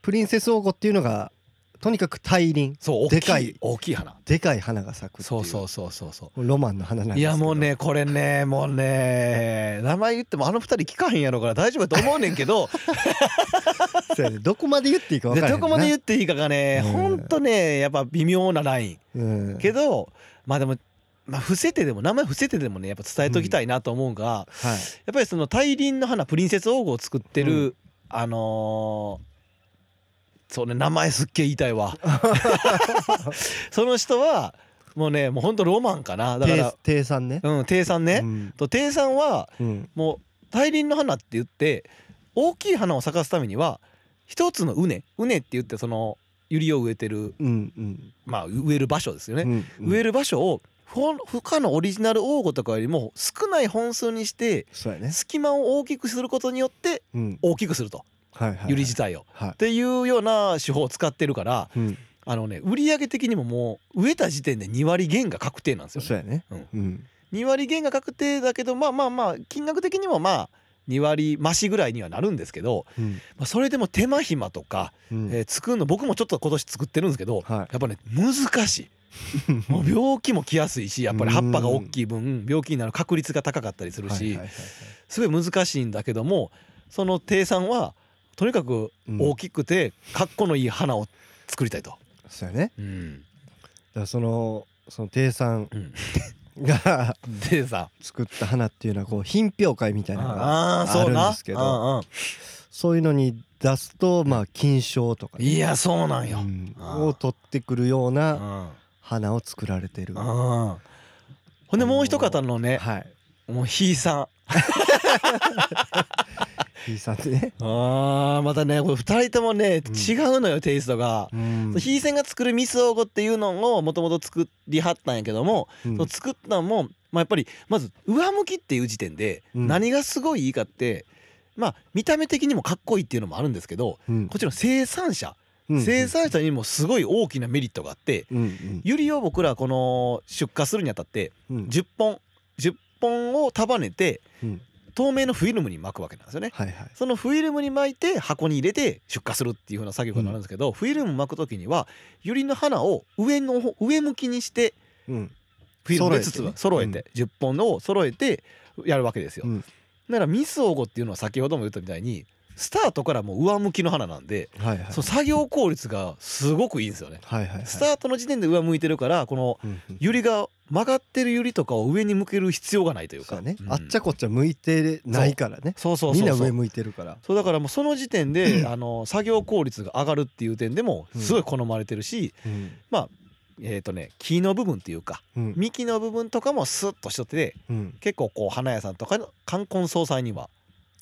[SPEAKER 2] プリンセス黄金っていうのがとにかく大輪
[SPEAKER 1] そう大
[SPEAKER 2] でか
[SPEAKER 1] き
[SPEAKER 2] い
[SPEAKER 1] い大きい花
[SPEAKER 2] でかい花が咲くっていう
[SPEAKER 1] そうそうそうそうそ
[SPEAKER 2] ロマンの花なんです
[SPEAKER 1] う
[SPEAKER 2] けど
[SPEAKER 1] いやもうねこれねもうね名前言ってもあの二人聞かへんやろから大丈夫やと思うねんけ ど
[SPEAKER 2] そうやねどこまで言っていいか分
[SPEAKER 1] で
[SPEAKER 2] からへん
[SPEAKER 1] どこまで言
[SPEAKER 2] っ
[SPEAKER 1] っていいかがね
[SPEAKER 2] うん
[SPEAKER 1] ほんとねやっぱ微妙なライン
[SPEAKER 2] て、うん、
[SPEAKER 1] けどまあでもまあ伏せてでも名前伏せてでもねやっぱ伝えときたいなと思うが、
[SPEAKER 2] はい
[SPEAKER 1] やっぱりその大輪の花プリンセス王子を作ってる、
[SPEAKER 2] う
[SPEAKER 1] あのーそうね名前すっげえ言いたい わその人はもうねもうほんとロマンかなだから
[SPEAKER 2] 低低さんね
[SPEAKER 1] うん亭さんね、
[SPEAKER 2] うん
[SPEAKER 1] と亭さんは
[SPEAKER 2] うん
[SPEAKER 1] もう大輪の花って言って大きい花を咲かすためには一つの畝畝って言ってそのユリを植えてる
[SPEAKER 2] うんうん
[SPEAKER 1] まあ植える場所ですよね、
[SPEAKER 2] うん
[SPEAKER 1] 植え
[SPEAKER 2] る
[SPEAKER 1] る場所をほん他のオリジナル王子とかよりも少ない本数にして
[SPEAKER 2] そうやね
[SPEAKER 1] 隙間を大きくすることによって
[SPEAKER 2] うん
[SPEAKER 1] 大きくすると
[SPEAKER 2] はいはいはい
[SPEAKER 1] ユリ自体を。
[SPEAKER 2] はい
[SPEAKER 1] っていうような手法を使ってるから
[SPEAKER 2] うん
[SPEAKER 1] あのね売上的にももう植えた時点で2割減が確定なんですよ、
[SPEAKER 2] そう
[SPEAKER 1] ね、
[SPEAKER 2] やね
[SPEAKER 1] うん
[SPEAKER 2] うん
[SPEAKER 1] 2割減が確定だけどまあまあまあ金額的にもまあ2割増しぐらいにはなるんですけど、
[SPEAKER 2] うん
[SPEAKER 1] まあ、それでも手間暇とか、
[SPEAKER 2] うん
[SPEAKER 1] えー作るの僕もちょっと今年作ってるんですけど、
[SPEAKER 2] は
[SPEAKER 1] やっぱね難 しいもう病気も来やすいしやっぱり葉っぱが大きい分病気になる確率が高かったりす
[SPEAKER 2] い
[SPEAKER 1] るし、
[SPEAKER 2] はいはいはい
[SPEAKER 1] すごい難しいんだけどもその亭さんはとにかく
[SPEAKER 2] うん
[SPEAKER 1] 大きくてかっこのいい花を作りたいと。
[SPEAKER 2] そうやね
[SPEAKER 1] うん
[SPEAKER 2] だからそのその低さん
[SPEAKER 1] うん、
[SPEAKER 2] が
[SPEAKER 1] 亭さん
[SPEAKER 2] 作った花っていうのはこう品評会みたいなのが
[SPEAKER 1] ああーそう
[SPEAKER 2] あるん
[SPEAKER 1] な
[SPEAKER 2] ですけど
[SPEAKER 1] うんうん
[SPEAKER 2] そういうのに出すとまあ金賞とかね
[SPEAKER 1] いやそうなんよ。
[SPEAKER 2] うん
[SPEAKER 1] あー
[SPEAKER 2] を取ってくるよう
[SPEAKER 1] う
[SPEAKER 2] なん花を作られてる
[SPEAKER 1] うん
[SPEAKER 2] は
[SPEAKER 1] ほんでもう一方のね
[SPEAKER 2] い
[SPEAKER 1] もうひいさ
[SPEAKER 2] ひいさんってね
[SPEAKER 1] んあーまたねこれ2人ともね
[SPEAKER 2] うん
[SPEAKER 1] 違うのよテイストが。
[SPEAKER 2] うん
[SPEAKER 1] そうひいさんが作るミスオゴっていうのをもともと作りはったんやけども
[SPEAKER 2] うん
[SPEAKER 1] その作ったのも、まあ、やっぱりまず上向きっていう時点で
[SPEAKER 2] うん
[SPEAKER 1] 何がすごいいいかって、まあ見た目的にもかっこいいっていうのもあるんですけど
[SPEAKER 2] うん
[SPEAKER 1] こっちの生産者、
[SPEAKER 2] うん
[SPEAKER 1] 生産者にもすごい大きなメリットがあって
[SPEAKER 2] うんうん
[SPEAKER 1] ユリを僕らこの出荷するにあたって
[SPEAKER 2] うん
[SPEAKER 1] 10本10本を束ねて
[SPEAKER 2] うん
[SPEAKER 1] 透明のフィルムに巻くわけなんですよね。
[SPEAKER 2] はいはい
[SPEAKER 1] そのフィルムに巻いて箱に入れて出荷するっていうふうな作業になるんですけど、フィルム巻く時にはユリの花を上の方上向きにして
[SPEAKER 2] うん
[SPEAKER 1] フィルムでつは
[SPEAKER 2] 揃
[SPEAKER 1] 揃
[SPEAKER 2] え
[SPEAKER 1] え
[SPEAKER 2] てね
[SPEAKER 1] て10本のを揃えてやるわけですよ。
[SPEAKER 2] うん
[SPEAKER 1] だからミスオゴっていうのは先ほども言ったみたいにスタートからもう上向きの花なんで、
[SPEAKER 2] はいはい
[SPEAKER 1] その作業効率がすごくいいんですよね。
[SPEAKER 2] はいはいはい
[SPEAKER 1] スタートの時点で上向いてるからこの
[SPEAKER 2] うんうん
[SPEAKER 1] ユリが曲がってるユリとかを上に向ける必要がないという
[SPEAKER 2] そ
[SPEAKER 1] か
[SPEAKER 2] うね
[SPEAKER 1] うん
[SPEAKER 2] あっちゃこっちゃ向いてないからね
[SPEAKER 1] そうそうそう
[SPEAKER 2] み
[SPEAKER 1] そ
[SPEAKER 2] ん
[SPEAKER 1] う
[SPEAKER 2] な上向いてるから
[SPEAKER 1] そうだからもうその時点で、 あの作業効率が上がるっていう点でもすごい好まれてるし、
[SPEAKER 2] うん
[SPEAKER 1] えっ、とね木の部分っていうか
[SPEAKER 2] うん
[SPEAKER 1] 幹の部分とかもスッとしとって
[SPEAKER 2] うん
[SPEAKER 1] 結構こう花屋さんとかの冠婚葬祭には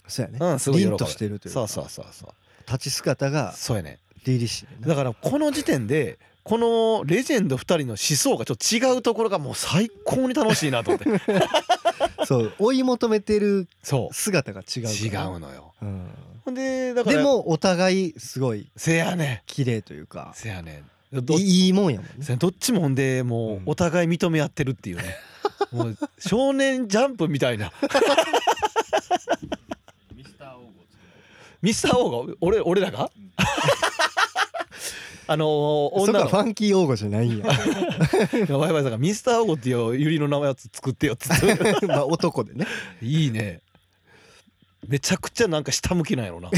[SPEAKER 2] そうやね
[SPEAKER 1] うんすごい喜ぶ
[SPEAKER 2] 凛としてるという
[SPEAKER 1] そ
[SPEAKER 2] か
[SPEAKER 1] うそうそうそう
[SPEAKER 2] 立ち姿が
[SPEAKER 1] そうやね
[SPEAKER 2] 凛々しいね
[SPEAKER 1] だからこの時点でこのレジェンド2人の思想がちょっと違うところがもう最高に楽しいなと思って
[SPEAKER 2] そう追い求めてる
[SPEAKER 1] そう
[SPEAKER 2] 姿が違う
[SPEAKER 1] 違
[SPEAKER 2] から
[SPEAKER 1] うのよ
[SPEAKER 2] うん
[SPEAKER 1] ほんでだから
[SPEAKER 2] でもお互いすごい
[SPEAKER 1] せやね
[SPEAKER 2] 綺麗というか
[SPEAKER 1] せやねど
[SPEAKER 2] いいいもんやもんね
[SPEAKER 1] せやどっちもほんでもうお互い認め合ってるっていうね、 もう少年ジャンプみたいな
[SPEAKER 3] ミスター王子作
[SPEAKER 1] ミスター王が俺俺ら が
[SPEAKER 3] る。うん
[SPEAKER 1] あの
[SPEAKER 2] そっ
[SPEAKER 1] 女
[SPEAKER 2] か
[SPEAKER 1] の
[SPEAKER 2] ファンキー王子じゃない
[SPEAKER 1] い
[SPEAKER 2] んや
[SPEAKER 1] やワイワイさんが「ミスター王子っていうユリの名前やつ作ってよ」っつって
[SPEAKER 2] まあ男でね
[SPEAKER 1] いいね。めちゃくちゃなんか下向きなんやろな。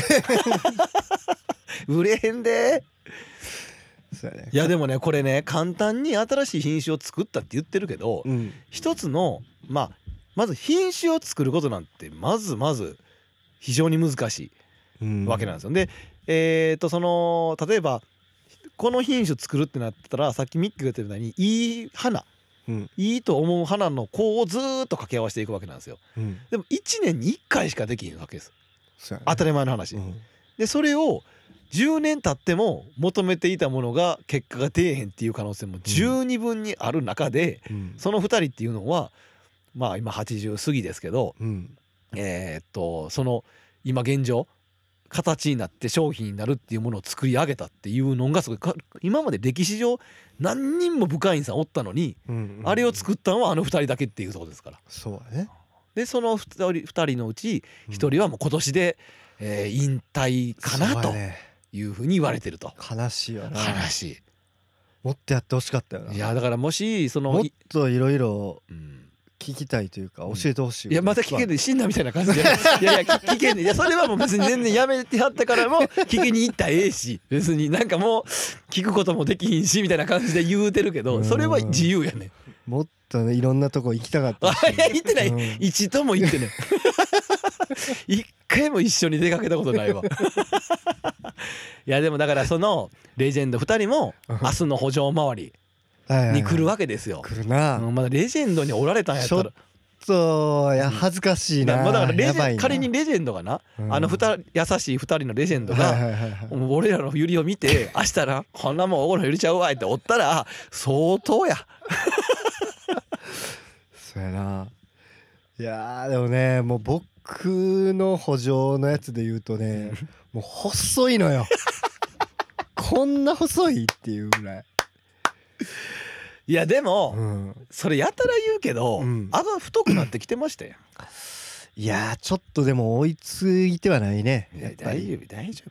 [SPEAKER 1] 売れへんで
[SPEAKER 2] そうやね
[SPEAKER 1] いやでもねこれね簡単に新しい品種を作ったって言ってるけど
[SPEAKER 2] うん
[SPEAKER 1] 一つのまあまず品種を作ることなんてまずまず非常に難し
[SPEAKER 2] うん
[SPEAKER 1] いわけなんですよ。でえっとその例えばこの品種作るってなったらさっきミッキーが言ったようにいい花
[SPEAKER 2] うん
[SPEAKER 1] いいと思う花の子をずーっと掛け合わせていくわけなんですよ。
[SPEAKER 2] うん
[SPEAKER 1] でも1年に1回しかできひんわけです
[SPEAKER 2] そうやね
[SPEAKER 1] 当たり前の話。
[SPEAKER 2] うん
[SPEAKER 1] でそれを10年経っても求めていたものが結果が出えへんっていう可能性も十二分にある中で、
[SPEAKER 2] うん
[SPEAKER 1] その2人っていうのはまあ今80過ぎですけど
[SPEAKER 2] うん
[SPEAKER 1] えーっとその今現状形になって商品になるっていうものを作り上げたっていうのがすごいか今まで歴史上何人も部会員さんおったのに、
[SPEAKER 2] うん
[SPEAKER 1] あれを作ったのはあの2人だけっていうとこですから。
[SPEAKER 2] そうやね
[SPEAKER 1] でその2人二人のうち
[SPEAKER 2] うん
[SPEAKER 1] 1人はもう今年で、えー引退かなと
[SPEAKER 2] そうやね
[SPEAKER 1] いうふうに言われてると。
[SPEAKER 2] 悲しいよな
[SPEAKER 1] 話
[SPEAKER 2] もっとやってほしかったよない
[SPEAKER 1] やだからもしそ
[SPEAKER 2] も
[SPEAKER 1] の
[SPEAKER 2] っ
[SPEAKER 1] い,、
[SPEAKER 2] といろいろ
[SPEAKER 1] うん、
[SPEAKER 2] 聞きたいというか
[SPEAKER 1] うん
[SPEAKER 2] 教えてほしい、
[SPEAKER 1] いやまた聞けん
[SPEAKER 2] ない
[SPEAKER 1] で死んだみたいな感じ でいやいや聞けんでいやそれはもう別に全然やめてはった からも聞きに行ったらええし別になんかもう聞くこともできひんしみたいな感じで言うてるけ
[SPEAKER 2] う
[SPEAKER 1] ど
[SPEAKER 2] ん
[SPEAKER 1] それは自由やねん。
[SPEAKER 2] もっとねいろんなとこ行きたかった
[SPEAKER 1] あ
[SPEAKER 2] し
[SPEAKER 1] いや行ってない、
[SPEAKER 2] うん
[SPEAKER 1] 一度も行 ってない一回も一緒に出かけたことない わいやでもだからそのレジェンド2人も明日の補助回り
[SPEAKER 2] はいはいはい
[SPEAKER 1] に来るわけですよ。
[SPEAKER 2] 来るな、
[SPEAKER 1] うんまだレジェンドにおられたんやったら
[SPEAKER 2] ちょそういや恥ずかしいな、
[SPEAKER 1] まあだからレ
[SPEAKER 2] や
[SPEAKER 1] ジ
[SPEAKER 2] ば
[SPEAKER 1] ェ
[SPEAKER 2] い
[SPEAKER 1] ン
[SPEAKER 2] な
[SPEAKER 1] 仮にレジェンドがな、
[SPEAKER 2] うん
[SPEAKER 1] あのふた優しい2人のレジェンドが、
[SPEAKER 2] はいはいはいはい
[SPEAKER 1] もう俺らのユリを見 て明日なこんなもんおごるゆりちゃうわいっておったら相当や
[SPEAKER 2] そうやないやーでもねもう僕の補助のやつで言うと ねもう細いのよこんな細いっていうぐらい、
[SPEAKER 1] いやでも、
[SPEAKER 2] うん、
[SPEAKER 1] それやたら言うけど、
[SPEAKER 2] うん
[SPEAKER 1] あが太くなってきてましたや
[SPEAKER 2] いやーちょっとでも追いついてはないね
[SPEAKER 1] んい
[SPEAKER 2] や
[SPEAKER 1] や
[SPEAKER 2] っぱ
[SPEAKER 1] 大
[SPEAKER 2] り
[SPEAKER 1] 丈夫大丈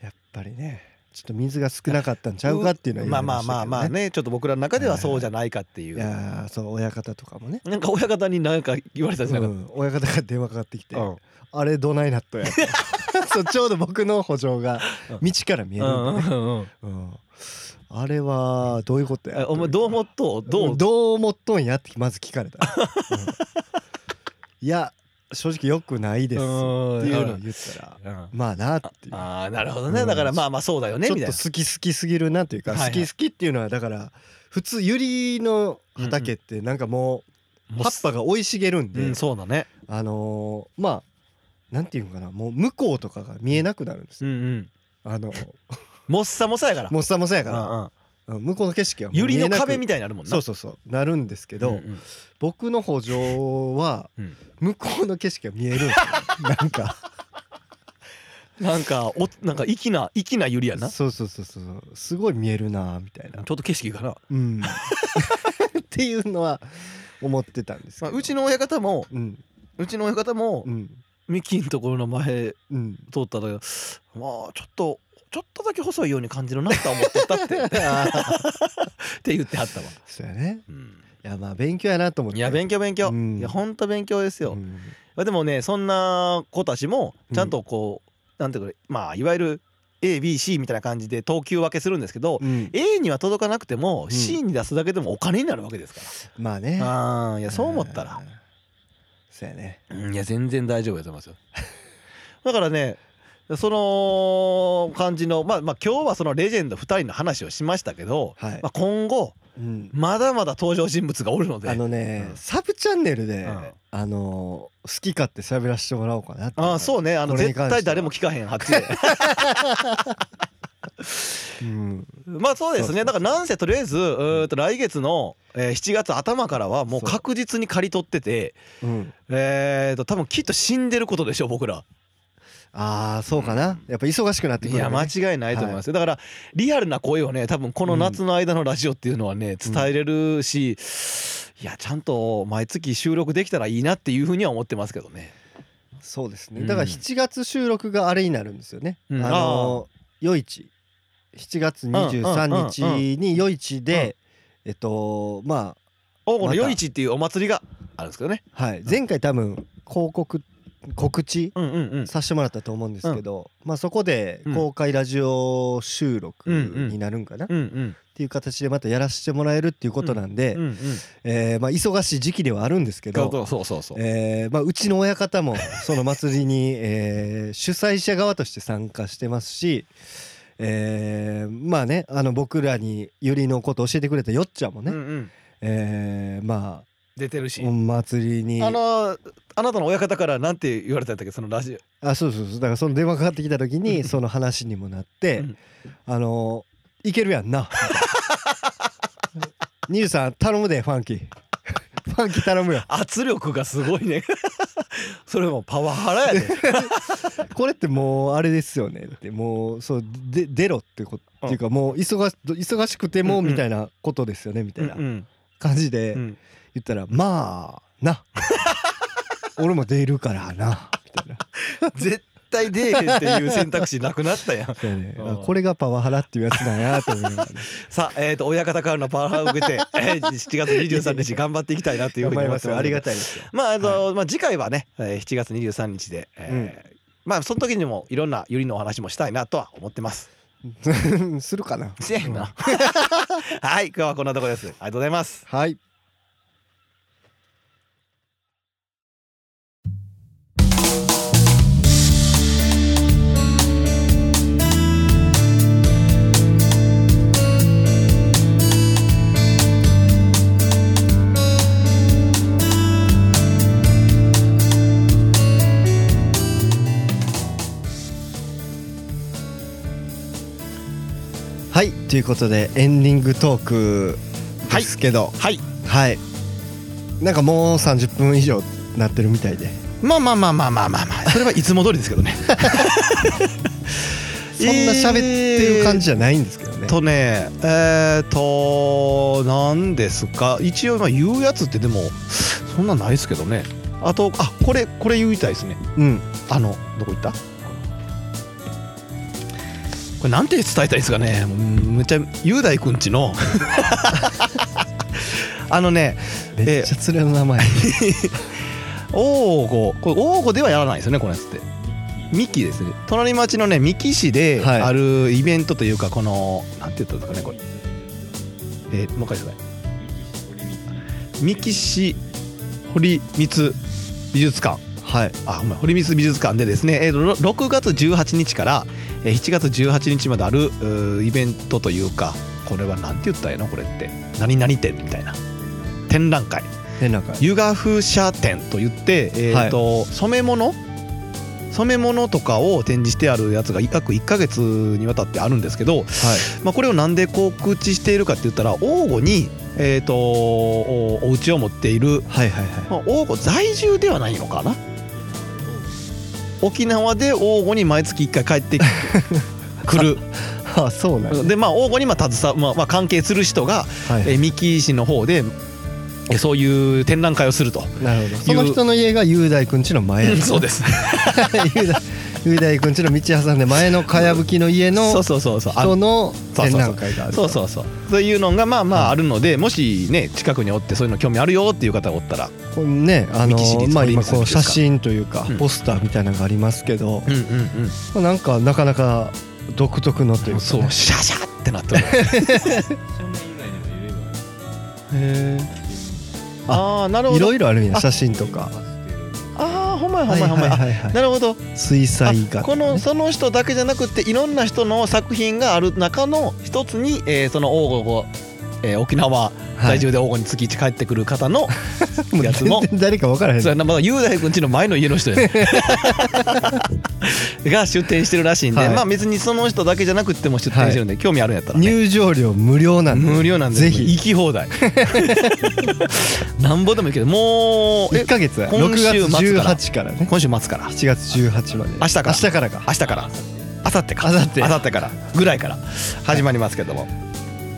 [SPEAKER 2] やっぱりねちょっと水が少なかったんちゃうかっていうの
[SPEAKER 1] 夫
[SPEAKER 2] は
[SPEAKER 1] まあまあまあまあ
[SPEAKER 2] 言われ
[SPEAKER 1] ねちょっと僕らの中ではそうじゃないかってい
[SPEAKER 2] ま
[SPEAKER 1] う、
[SPEAKER 2] したけどねいやーそう親方とかもね
[SPEAKER 1] なんか親方に何か言われたじゃなかっ
[SPEAKER 2] うん親方が電話かかってきて
[SPEAKER 1] た、うん
[SPEAKER 2] 「あれどないなっ とや」そうちょうど僕の補助が
[SPEAKER 1] うん
[SPEAKER 2] 道から見え
[SPEAKER 1] う
[SPEAKER 2] るん
[SPEAKER 1] ん
[SPEAKER 2] で
[SPEAKER 1] う
[SPEAKER 2] ね
[SPEAKER 1] んうん
[SPEAKER 2] うんあれはどういうことや
[SPEAKER 1] えお前どう思っとうどう、
[SPEAKER 2] どう思っとんやってまず聞かれた、うんいや正直よくないですっていうのを言ったら
[SPEAKER 1] うん
[SPEAKER 2] まあなっていう
[SPEAKER 1] ああなるほどねだからまあまあそうだよね
[SPEAKER 2] ちょ
[SPEAKER 1] み
[SPEAKER 2] った
[SPEAKER 1] い
[SPEAKER 2] と
[SPEAKER 1] な
[SPEAKER 2] 好き好きすぎるなというか
[SPEAKER 1] はいはい
[SPEAKER 2] 好き好きっていうのはだから普通ユリの畑ってなんかもう
[SPEAKER 1] もう
[SPEAKER 2] 葉っぱが生い茂るん
[SPEAKER 1] う
[SPEAKER 2] で
[SPEAKER 1] んそうだね
[SPEAKER 2] あのーまあなんていうのかなもう向こうとかが見えなくなるんです
[SPEAKER 1] う
[SPEAKER 2] よ
[SPEAKER 1] んうん
[SPEAKER 2] あの
[SPEAKER 1] もっさもさやから
[SPEAKER 2] もうさもさや
[SPEAKER 1] う
[SPEAKER 2] か
[SPEAKER 1] ん
[SPEAKER 2] ら
[SPEAKER 1] うん
[SPEAKER 2] うん向こうの景色はもう
[SPEAKER 1] ゆり
[SPEAKER 2] 見え
[SPEAKER 1] の
[SPEAKER 2] なく
[SPEAKER 1] 壁みたいになるもんな
[SPEAKER 2] そうそうそうなるんですけ
[SPEAKER 1] うん
[SPEAKER 2] ど
[SPEAKER 1] うん
[SPEAKER 2] 僕の補助は
[SPEAKER 1] うん
[SPEAKER 2] 向こうの景色が見えるんですよ なんか
[SPEAKER 1] なんかおなんか粋な粋なゆりやなち
[SPEAKER 2] そうそうそうそうすごい見えるなみたい
[SPEAKER 1] ょ
[SPEAKER 2] な
[SPEAKER 1] っと景色かな、
[SPEAKER 2] うん っていうのは思ってたんですけ
[SPEAKER 1] まあ、
[SPEAKER 2] ど
[SPEAKER 1] うちの親方も
[SPEAKER 2] うん
[SPEAKER 1] うちの親方も
[SPEAKER 2] うん
[SPEAKER 1] ミキのところの前
[SPEAKER 2] うん
[SPEAKER 1] 通ったらまあちょっとちょっとだけ細いように感じるなとは思ってたって って言ってはったわ、
[SPEAKER 2] そうやね
[SPEAKER 1] うん
[SPEAKER 2] いやまあ勉強やなと思って
[SPEAKER 1] いや勉強勉強、
[SPEAKER 2] うん
[SPEAKER 1] いやほんと勉強ですよ、
[SPEAKER 2] うん
[SPEAKER 1] まあ、でもねそんな子たちもちゃんとこう、なんていうかまあいわゆる ABC みたいな感じで等級分けするんですけど、
[SPEAKER 2] うん
[SPEAKER 1] A には届かなくても
[SPEAKER 2] ん
[SPEAKER 1] C に出すだけでもお金になるわけですか
[SPEAKER 2] まあね
[SPEAKER 1] ら、ああいやそう思ったら
[SPEAKER 2] うんそうやね
[SPEAKER 1] うんいや全然大丈夫やと思いますよ だからねその感じのまあまあ今日はそのレジェンド2人の話をしましたけど、
[SPEAKER 2] はい
[SPEAKER 1] まあ、今後
[SPEAKER 2] うん
[SPEAKER 1] まだまだ登場人物がおるので
[SPEAKER 2] あのね、
[SPEAKER 1] うん
[SPEAKER 2] サブチャンネルで、
[SPEAKER 1] うん
[SPEAKER 2] あのー好き勝手喋らせてもらおうかなって
[SPEAKER 1] あーそうねあの
[SPEAKER 2] これ
[SPEAKER 1] 絶
[SPEAKER 2] に関しては
[SPEAKER 1] 対誰も聞かへんはずで
[SPEAKER 2] うん、
[SPEAKER 1] まあそうですねだからなんせとりあえずうーんと来月の、えー7月頭からはもう
[SPEAKER 2] そう
[SPEAKER 1] 確実に刈り取ってて
[SPEAKER 2] うん、
[SPEAKER 1] えーと多分きっと死んでることでしょう僕ら
[SPEAKER 2] ああそうかな、やっぱ忙しくなってく
[SPEAKER 1] い
[SPEAKER 2] る、ね、
[SPEAKER 1] や間違いないと思いますよ、だからリアルな声をね多分この夏の間のラジオっていうのはね伝えれるし、いやちゃんと毎月収録できたらいいなっていうふうには思ってますけどね
[SPEAKER 2] そうです
[SPEAKER 1] う
[SPEAKER 2] ね
[SPEAKER 1] ん
[SPEAKER 2] だから7月収録があれになるんですよね、
[SPEAKER 1] うん
[SPEAKER 2] あのー夜市7月23日に夜市で、えっとま
[SPEAKER 1] 大郷の
[SPEAKER 2] また
[SPEAKER 1] 夜市っていうお祭りがあるんですけどね
[SPEAKER 2] あはい前回多分広告告知
[SPEAKER 4] うんうんうん
[SPEAKER 2] させてもらったと思うんですけど、まあそこで公開ラジオ収録になるんかな、っ
[SPEAKER 4] うんうん
[SPEAKER 2] ていう形でまたやらせてもらえるっていうことなんで、
[SPEAKER 4] うんうん
[SPEAKER 2] えーまあ、忙しい時期ではあるんですけど、
[SPEAKER 4] そうそうそう
[SPEAKER 2] えーまあ、うちの親方 もその祭りに、えー主催者側として参加してますし、えーまあねあの僕らにゆりのこと教えてくれたよっちゃんもね、
[SPEAKER 4] うんうん
[SPEAKER 2] えーま
[SPEAKER 4] 出てるし
[SPEAKER 2] あお祭りに
[SPEAKER 4] あ
[SPEAKER 2] あ
[SPEAKER 4] のあなたの親方からなんて言われたんだっけそのラジ
[SPEAKER 2] そうそうそうだからその電話かかってきた時にその話にもなって、
[SPEAKER 4] うん
[SPEAKER 2] あのいけるやん な兄さん頼むでファンキーファンキー頼むよ
[SPEAKER 4] 圧力がすごいね それもうパワハラやで
[SPEAKER 2] これってもうあれですよねってもうそうで出ろってこ
[SPEAKER 4] うん
[SPEAKER 2] っていうかもう忙し忙しくて
[SPEAKER 4] うん
[SPEAKER 2] も
[SPEAKER 4] うん
[SPEAKER 2] みたいなことですよねみたいな
[SPEAKER 4] うん
[SPEAKER 2] 感じ
[SPEAKER 4] う
[SPEAKER 2] で
[SPEAKER 4] ん
[SPEAKER 2] 言ったら「まあ な俺も出るからな」みたいな
[SPEAKER 4] 絶対出えへんっていう選択肢なくなった やん
[SPEAKER 2] そうね
[SPEAKER 4] うん
[SPEAKER 2] あこれがパワハラっていうやつなんやと思いながらね
[SPEAKER 4] さあえっ、と親方からのパワハラを受けてえー7月23日頑張っていきたいなというふう
[SPEAKER 2] 頑
[SPEAKER 4] に
[SPEAKER 2] 張り
[SPEAKER 4] 思
[SPEAKER 2] ま
[SPEAKER 4] って
[SPEAKER 2] すよ
[SPEAKER 4] ます
[SPEAKER 2] ありがたいですよ
[SPEAKER 4] まああの、まあ、次回はね、えー7月23日で、えーまあその時にもいろんなゆりのお話もしたいなとは思ってます。
[SPEAKER 2] するかな
[SPEAKER 4] せやな はい今日はこんなとこです。ありがとうございます。
[SPEAKER 2] はいはいということでエンディングトークですけど
[SPEAKER 4] はい。
[SPEAKER 2] はい、なんかもう30分以上なってるみたいで
[SPEAKER 4] まあまあまあまあまあまあまあそれはいつも通りですけどね。
[SPEAKER 2] そんな喋ってる感じじゃないんですけどね、
[SPEAKER 4] とねえっ、と何ですか一応まあ言うやつってでもそんなないですけどねあとあこれこれ言いたいですね
[SPEAKER 2] うん
[SPEAKER 4] あのどこ行ったこれなんて伝えたらいいですかねもうめっちゃ雄大くんちの あのね
[SPEAKER 2] めっちゃ連れの名前
[SPEAKER 4] 王吾これ王吾ではやらないですよねこのやつってミキですね隣町のね三木市で
[SPEAKER 2] はい
[SPEAKER 4] あるイベントというかこの、なんて言ったんですかねこれ、えーもう一回ください三木市堀光美術館
[SPEAKER 2] はい
[SPEAKER 4] あほんまや堀光美術館でですね、えーとろ6月18日からえー7月18日まであるうーイベントというかこれはなんて言ったらいいのこれって何々展みたいな展覧会
[SPEAKER 2] でなんか
[SPEAKER 4] 湯河風車展といって、えーと染め物染め物とかを展示してあるやつが約1ヶ月にわたってあるんですけど、まあ、これをなんで告知しているかって言ったら王吾に、えー、とおお家を持っている、
[SPEAKER 2] はいはいはい
[SPEAKER 4] まあ、王吾在住ではないのかな沖縄で王吾に毎月1回帰って く
[SPEAKER 2] は
[SPEAKER 4] る
[SPEAKER 2] いあそうなんや
[SPEAKER 4] で、まあ、王吾にまあ携わ、まあまあ、関係する人が、
[SPEAKER 2] はい
[SPEAKER 4] えー三木市の方でえーそういう展覧会をすると。
[SPEAKER 2] なるほどその人の家が雄大くんちの 前
[SPEAKER 4] そうです
[SPEAKER 2] 雄大雄大くんちの道挟んで前のかやぶきの家
[SPEAKER 4] そう
[SPEAKER 2] の
[SPEAKER 4] そうそうそうあ
[SPEAKER 2] 人の
[SPEAKER 4] そうそうそう
[SPEAKER 2] 展覧会がある
[SPEAKER 4] そう
[SPEAKER 2] う
[SPEAKER 4] そうそうそういうのがまあまああるのでもしね近くにおってそういうの興味あるよっていう方がおったら
[SPEAKER 2] これねあの
[SPEAKER 4] 三木市立
[SPEAKER 2] まあ
[SPEAKER 4] 堀
[SPEAKER 2] 今
[SPEAKER 4] 水
[SPEAKER 2] こ
[SPEAKER 4] 美
[SPEAKER 2] う
[SPEAKER 4] 術館
[SPEAKER 2] 写真というか
[SPEAKER 4] うん
[SPEAKER 2] ポスターみたいなのがありますけど、
[SPEAKER 4] うんうんうん
[SPEAKER 2] まあなんかなかなか独特のというか、ね、
[SPEAKER 4] そうシャシャってなって る
[SPEAKER 3] 正面以外にも揺れがある
[SPEAKER 4] ああなるほ
[SPEAKER 2] い
[SPEAKER 4] ど
[SPEAKER 2] ろいろあるんや写真とか
[SPEAKER 4] ああほんまやほんまやほんまや
[SPEAKER 2] はいはいはいは
[SPEAKER 4] あ
[SPEAKER 2] い
[SPEAKER 4] なるほど
[SPEAKER 2] 水
[SPEAKER 4] あ
[SPEAKER 2] 彩画とか
[SPEAKER 4] こ
[SPEAKER 2] ね
[SPEAKER 4] のその人だけじゃなくていろんな人の作品がある中の一つに、えーその王吾を、えー沖縄
[SPEAKER 2] はい
[SPEAKER 4] 在住で王吾に月1帰ってくる方の
[SPEAKER 2] もう
[SPEAKER 4] やつも
[SPEAKER 2] 全然誰か分からへん
[SPEAKER 4] それなまだ雄大君ちの前の家の人 やねが出店してるらしいんで、
[SPEAKER 2] はい
[SPEAKER 4] まあ別にその人だけじゃなくっても出店してるんで、興味あるんやったら、ね、
[SPEAKER 2] 入場料無料なんで
[SPEAKER 4] 無料なんで
[SPEAKER 2] ぜひ
[SPEAKER 4] 行き 放題なんぼでもいいけどもうえ
[SPEAKER 2] 1ヶ月6
[SPEAKER 4] 今
[SPEAKER 2] 月
[SPEAKER 4] 週末から
[SPEAKER 2] 18からね
[SPEAKER 4] 今週末から
[SPEAKER 2] 7月18まで
[SPEAKER 4] 明日か
[SPEAKER 2] 明
[SPEAKER 4] ら
[SPEAKER 2] 日からか
[SPEAKER 4] 明日から明後日か
[SPEAKER 2] 明後日
[SPEAKER 4] 明後日からぐらいから始まりますけども、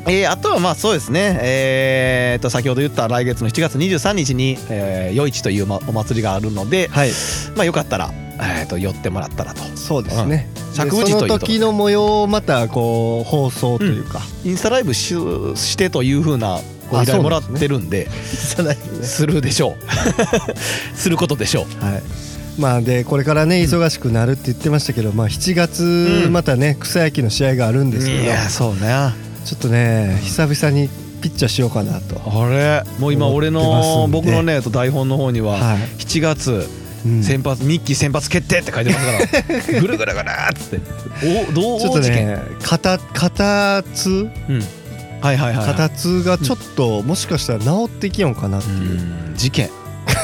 [SPEAKER 4] えーあとはまあそうですねえー、と先ほど言った来月の7月23日に「えー夜市」というまお祭りがあるので、
[SPEAKER 2] はい
[SPEAKER 4] まあ、よかったら、えー、と寄ってもらったらと
[SPEAKER 2] そうですね
[SPEAKER 4] ん
[SPEAKER 2] で
[SPEAKER 4] 着口という
[SPEAKER 2] そ
[SPEAKER 4] と
[SPEAKER 2] の時の模様をまたこう放送というか
[SPEAKER 4] インスタライブししてというふうなご依
[SPEAKER 2] あそ
[SPEAKER 4] 頼
[SPEAKER 2] う
[SPEAKER 4] もら
[SPEAKER 2] なん
[SPEAKER 4] っ
[SPEAKER 2] ですね
[SPEAKER 4] てるんで
[SPEAKER 2] いただいてね
[SPEAKER 4] するでしょうすることでしょう
[SPEAKER 2] はいまあでこれからね忙しくなるって言ってましたけど、まあ7月
[SPEAKER 4] うん
[SPEAKER 2] またね草野球の試合があるんですけど、
[SPEAKER 4] いやそうね
[SPEAKER 2] ちょっとね久々にピッチャーしようかなと。
[SPEAKER 4] あれもう今
[SPEAKER 2] 思っ
[SPEAKER 4] 俺
[SPEAKER 2] てます
[SPEAKER 4] の
[SPEAKER 2] んで
[SPEAKER 4] 僕のね台本の方には
[SPEAKER 2] はい。
[SPEAKER 4] 7月
[SPEAKER 2] うん
[SPEAKER 4] 先発ミッキー先発決定って書いて ますからぐるぐるぐるーっつっておどう
[SPEAKER 2] ちょっとね肩肩痛
[SPEAKER 4] うんはいはいはい
[SPEAKER 2] 肩痛がちょっともしかしたら治ってきよんかなって
[SPEAKER 4] う
[SPEAKER 2] いうん
[SPEAKER 4] 事件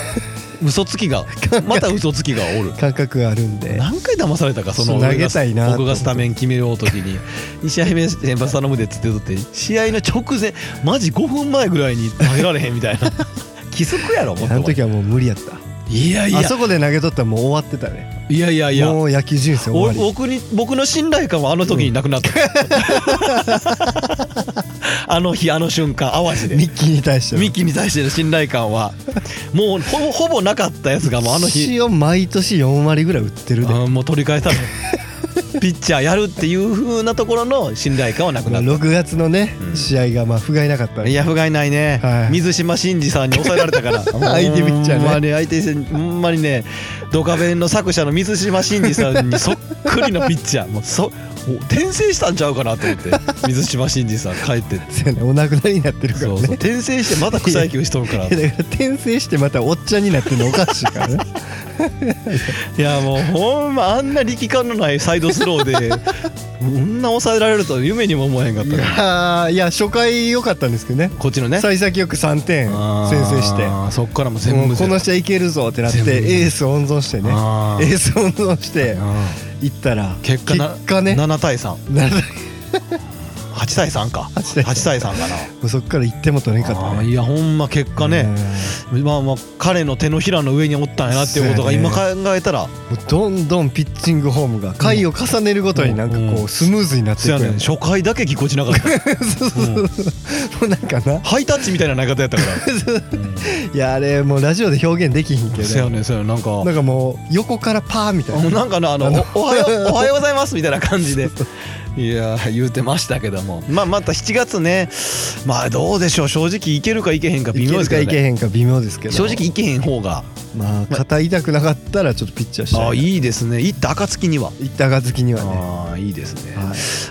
[SPEAKER 4] 嘘つきがまた嘘つきがお る
[SPEAKER 2] 感覚があるんで。
[SPEAKER 4] 何回騙されたかそ
[SPEAKER 2] そ
[SPEAKER 4] の
[SPEAKER 2] う投げたいなと思って
[SPEAKER 4] 僕がスタメン決めようときに2試合目先発頼むでっつってとって試合の直前マジ5分前ぐらいに投げられへんみたい な気づくやろもっ
[SPEAKER 2] あの
[SPEAKER 4] と
[SPEAKER 2] 時はもう無理やった。
[SPEAKER 4] いやいや
[SPEAKER 2] あそこで投げとったらもう終わってたね。
[SPEAKER 4] いやいやいや
[SPEAKER 2] もう野球人生終わ
[SPEAKER 4] お
[SPEAKER 2] り。
[SPEAKER 4] 僕に僕の信頼感はあの時にな くなった、あの日あの瞬間淡路で
[SPEAKER 2] ミッキーに対しては
[SPEAKER 4] ミッキーに対しての信頼感はもうほぼほぼなかったやつがもうあの日
[SPEAKER 2] 一応毎年4割ぐらい打ってるで、
[SPEAKER 4] あーもう取り返さないピッチャーやるっていう風なところの信頼感はなく
[SPEAKER 2] ま
[SPEAKER 4] な
[SPEAKER 2] あ、
[SPEAKER 4] っ
[SPEAKER 2] 6月のね、
[SPEAKER 4] うん
[SPEAKER 2] 試合がまあ不甲斐なかったん
[SPEAKER 4] た
[SPEAKER 2] で
[SPEAKER 4] いや不甲斐ないね、
[SPEAKER 2] はい
[SPEAKER 4] 水島新司さんに抑えられた から
[SPEAKER 2] 相手ピッチャーね
[SPEAKER 4] ほんまに相手選ほんまにねドカベンの作者の水島新司さんにそっくりのピッチャーもうそお転生したんちゃうかなと思 って水島新司さん帰ってって
[SPEAKER 2] そうやねお亡くなりになってるから
[SPEAKER 4] そ
[SPEAKER 2] ね
[SPEAKER 4] うそう転生してまた草野球しとるから
[SPEAKER 2] い やだから転生してまたおっちゃんになってるのおかしいからね
[SPEAKER 4] いやもうほんまあんな力感のないサイドスローでこんな抑えられるとは夢にも思えへんかっ
[SPEAKER 2] い
[SPEAKER 4] たから
[SPEAKER 2] やーいや初回良かったんですけどね
[SPEAKER 4] こっちのね
[SPEAKER 2] 幸先よく3点先制して
[SPEAKER 4] あーそっからもう全
[SPEAKER 2] も
[SPEAKER 4] 部
[SPEAKER 2] うこの試合いけるぞってなってエ
[SPEAKER 4] 全部ゼロ
[SPEAKER 2] ース温存してね
[SPEAKER 4] あ
[SPEAKER 2] エ
[SPEAKER 4] ー
[SPEAKER 2] ース温存して
[SPEAKER 4] うん
[SPEAKER 2] いったら
[SPEAKER 4] 結果な
[SPEAKER 2] ね
[SPEAKER 4] 7対38
[SPEAKER 2] 8
[SPEAKER 4] 対3か
[SPEAKER 2] 対
[SPEAKER 4] 8対3かな
[SPEAKER 2] そっから1点も取れんかった
[SPEAKER 4] あー
[SPEAKER 2] ね
[SPEAKER 4] いやほんま結果
[SPEAKER 2] うん
[SPEAKER 4] ね
[SPEAKER 2] も
[SPEAKER 4] まあまあ彼の手のひらの上におったんやなっていうこと
[SPEAKER 2] そ
[SPEAKER 4] が
[SPEAKER 2] うや
[SPEAKER 4] 今
[SPEAKER 2] ね
[SPEAKER 4] 考えたら
[SPEAKER 2] うどんどんピッチングフォームが回を重ねるごとになんか
[SPEAKER 4] うんう
[SPEAKER 2] こ
[SPEAKER 4] ん
[SPEAKER 2] うスムーズになって
[SPEAKER 4] そ
[SPEAKER 2] い
[SPEAKER 4] や
[SPEAKER 2] く
[SPEAKER 4] ねん初回だけぎこちなかった
[SPEAKER 2] そうそう そうもうなんかな
[SPEAKER 4] ハイタッチみたいな投げ方やったから
[SPEAKER 2] いやあれもうラジオで表現できひんけ
[SPEAKER 4] そや
[SPEAKER 2] ど
[SPEAKER 4] ねんそやねんなんか
[SPEAKER 2] なんかもう横からパーみたい
[SPEAKER 4] もう
[SPEAKER 2] な
[SPEAKER 4] なんかなあの
[SPEAKER 2] あの
[SPEAKER 4] おおはよ うおはようございますみたいな感じでいやー言うてましたけどもまあまた7月ねまあどうでしょう正直いけるかいけへんか微妙ですけ
[SPEAKER 2] い
[SPEAKER 4] ど
[SPEAKER 2] けるかいけ
[SPEAKER 4] ね
[SPEAKER 2] へんか微妙ですけど
[SPEAKER 4] 正直いけへん方が
[SPEAKER 2] まあ肩痛くなかったらちょっとピッチャーした
[SPEAKER 4] ああ
[SPEAKER 2] い
[SPEAKER 4] いいですね行った暁には
[SPEAKER 2] 行ったが好きにはね
[SPEAKER 4] ああいいですね
[SPEAKER 2] はい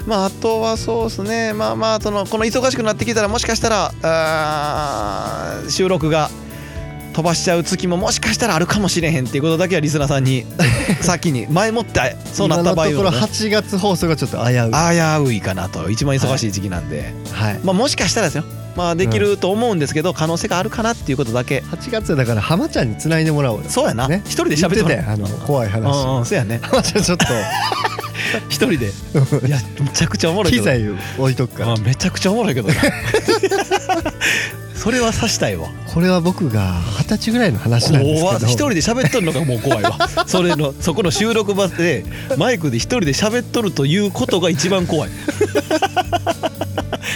[SPEAKER 4] まああとはそうですねまあまあそのこの忙しくなってきたらもしかしたらあー収録が飛ばしちゃう月ももしかしたらあるかもしれへんっていうことだけはリスナーさん に先に前もってそうなった場合
[SPEAKER 2] 今の
[SPEAKER 4] は、
[SPEAKER 2] ところ
[SPEAKER 4] ね、
[SPEAKER 2] 8月放送がちょっと危ういは
[SPEAKER 4] 危ういかなと一番忙しい時期なんで、
[SPEAKER 2] い
[SPEAKER 4] まあもしかしたらですよまあできると思うんですけど、可能性があるかなっていうことだけ
[SPEAKER 2] 8月はだから浜ちゃんにつないでもらおうよ
[SPEAKER 4] そうやな一、
[SPEAKER 2] ね
[SPEAKER 4] 人で
[SPEAKER 2] 言っ
[SPEAKER 4] 喋ってても
[SPEAKER 2] た
[SPEAKER 4] ら
[SPEAKER 2] よあの怖い話
[SPEAKER 4] うんうんそうやね
[SPEAKER 2] 浜ちゃんちょっ
[SPEAKER 4] 一人でいやめちゃくちゃおもろ
[SPEAKER 2] と
[SPEAKER 4] いけ
[SPEAKER 2] 機
[SPEAKER 4] ど
[SPEAKER 2] 材を置いとくから
[SPEAKER 4] あめちゃくちゃおも ろいけどなそれは刺したいわ
[SPEAKER 2] これは僕が二十歳ぐらいの話なんですけ
[SPEAKER 4] 怖
[SPEAKER 2] ど
[SPEAKER 4] っ一 人で喋っとるのがもう怖い わそれのそこの収録場でマイクで一人で喋っとるということが一番 怖い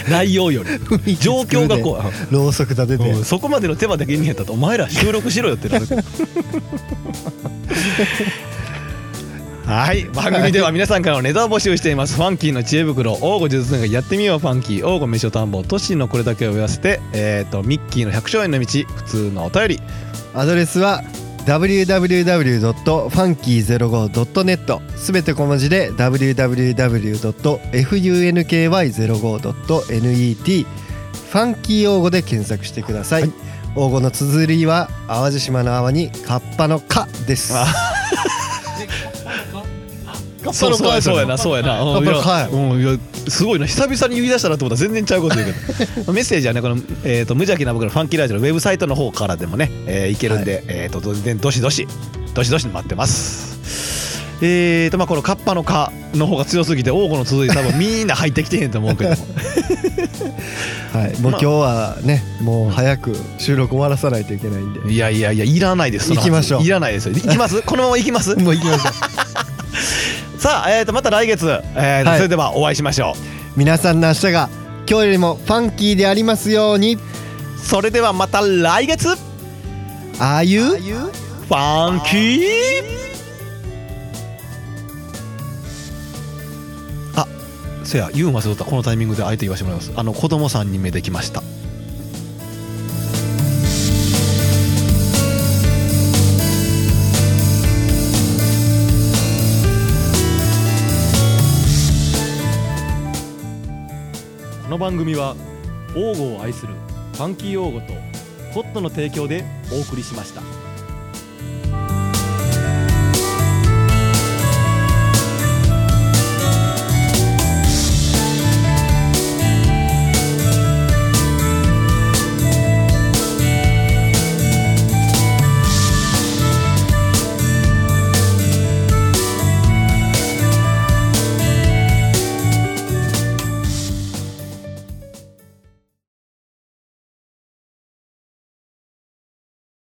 [SPEAKER 4] 内容より
[SPEAKER 2] で
[SPEAKER 4] 状況が怖い
[SPEAKER 2] ろうそく立てて
[SPEAKER 4] うんそこまでの手間だけにやったとお前ら収録しろよってなる はい番組では皆さんからのネタを募集していますファンキーの知恵袋王吾術がやってみようファンキー王吾飯を探訪都市のこれだけを言わせて、えー、とミッキーの百姓園の道普通のお便り
[SPEAKER 2] アドレスは www.funky05.net すべて小文字で www.funky05.net ファンキー応募で検索してください、
[SPEAKER 4] はい
[SPEAKER 2] 応募の綴りは淡路島の泡にカッパの「カ」です
[SPEAKER 4] あそうそうやそうやなそうやなうんいや
[SPEAKER 2] カッパのカ
[SPEAKER 4] うんいやすごいな久々に言い出したなと思ったら全然ちゃうこと言うけ どメッセージはねこの、えー、と無邪気な僕らのファンキーラジオのウェブサイトの方からでもね、えーいけるんで、えー、とどどしどしどしどし待ってますえーとまあこのカッパの「カ」の方が強すぎて王子の続いて多分みんな入ってきてへんと思うけ ども
[SPEAKER 2] はい、もう今
[SPEAKER 4] まあ
[SPEAKER 2] 日はねもう早く収録終わらさないといけないんで
[SPEAKER 4] いやいやいやいらないですその
[SPEAKER 2] 行きましょう
[SPEAKER 4] いらないですよい きますこのままいきます
[SPEAKER 2] もう行きましょう
[SPEAKER 4] さあ、えー、とまた来月、えーと
[SPEAKER 2] はい
[SPEAKER 4] それではお会いしましょ
[SPEAKER 2] 皆さんの明日が今日よりもファンキーでありますように
[SPEAKER 4] うそれではまた来月
[SPEAKER 2] ああいう
[SPEAKER 4] ファンキーあせやユーマスだったこのタイミングで相手言わせてもらいますあの子供さんに目できました番組は王語を愛するファンキー王語とコットの提供でお送りしました。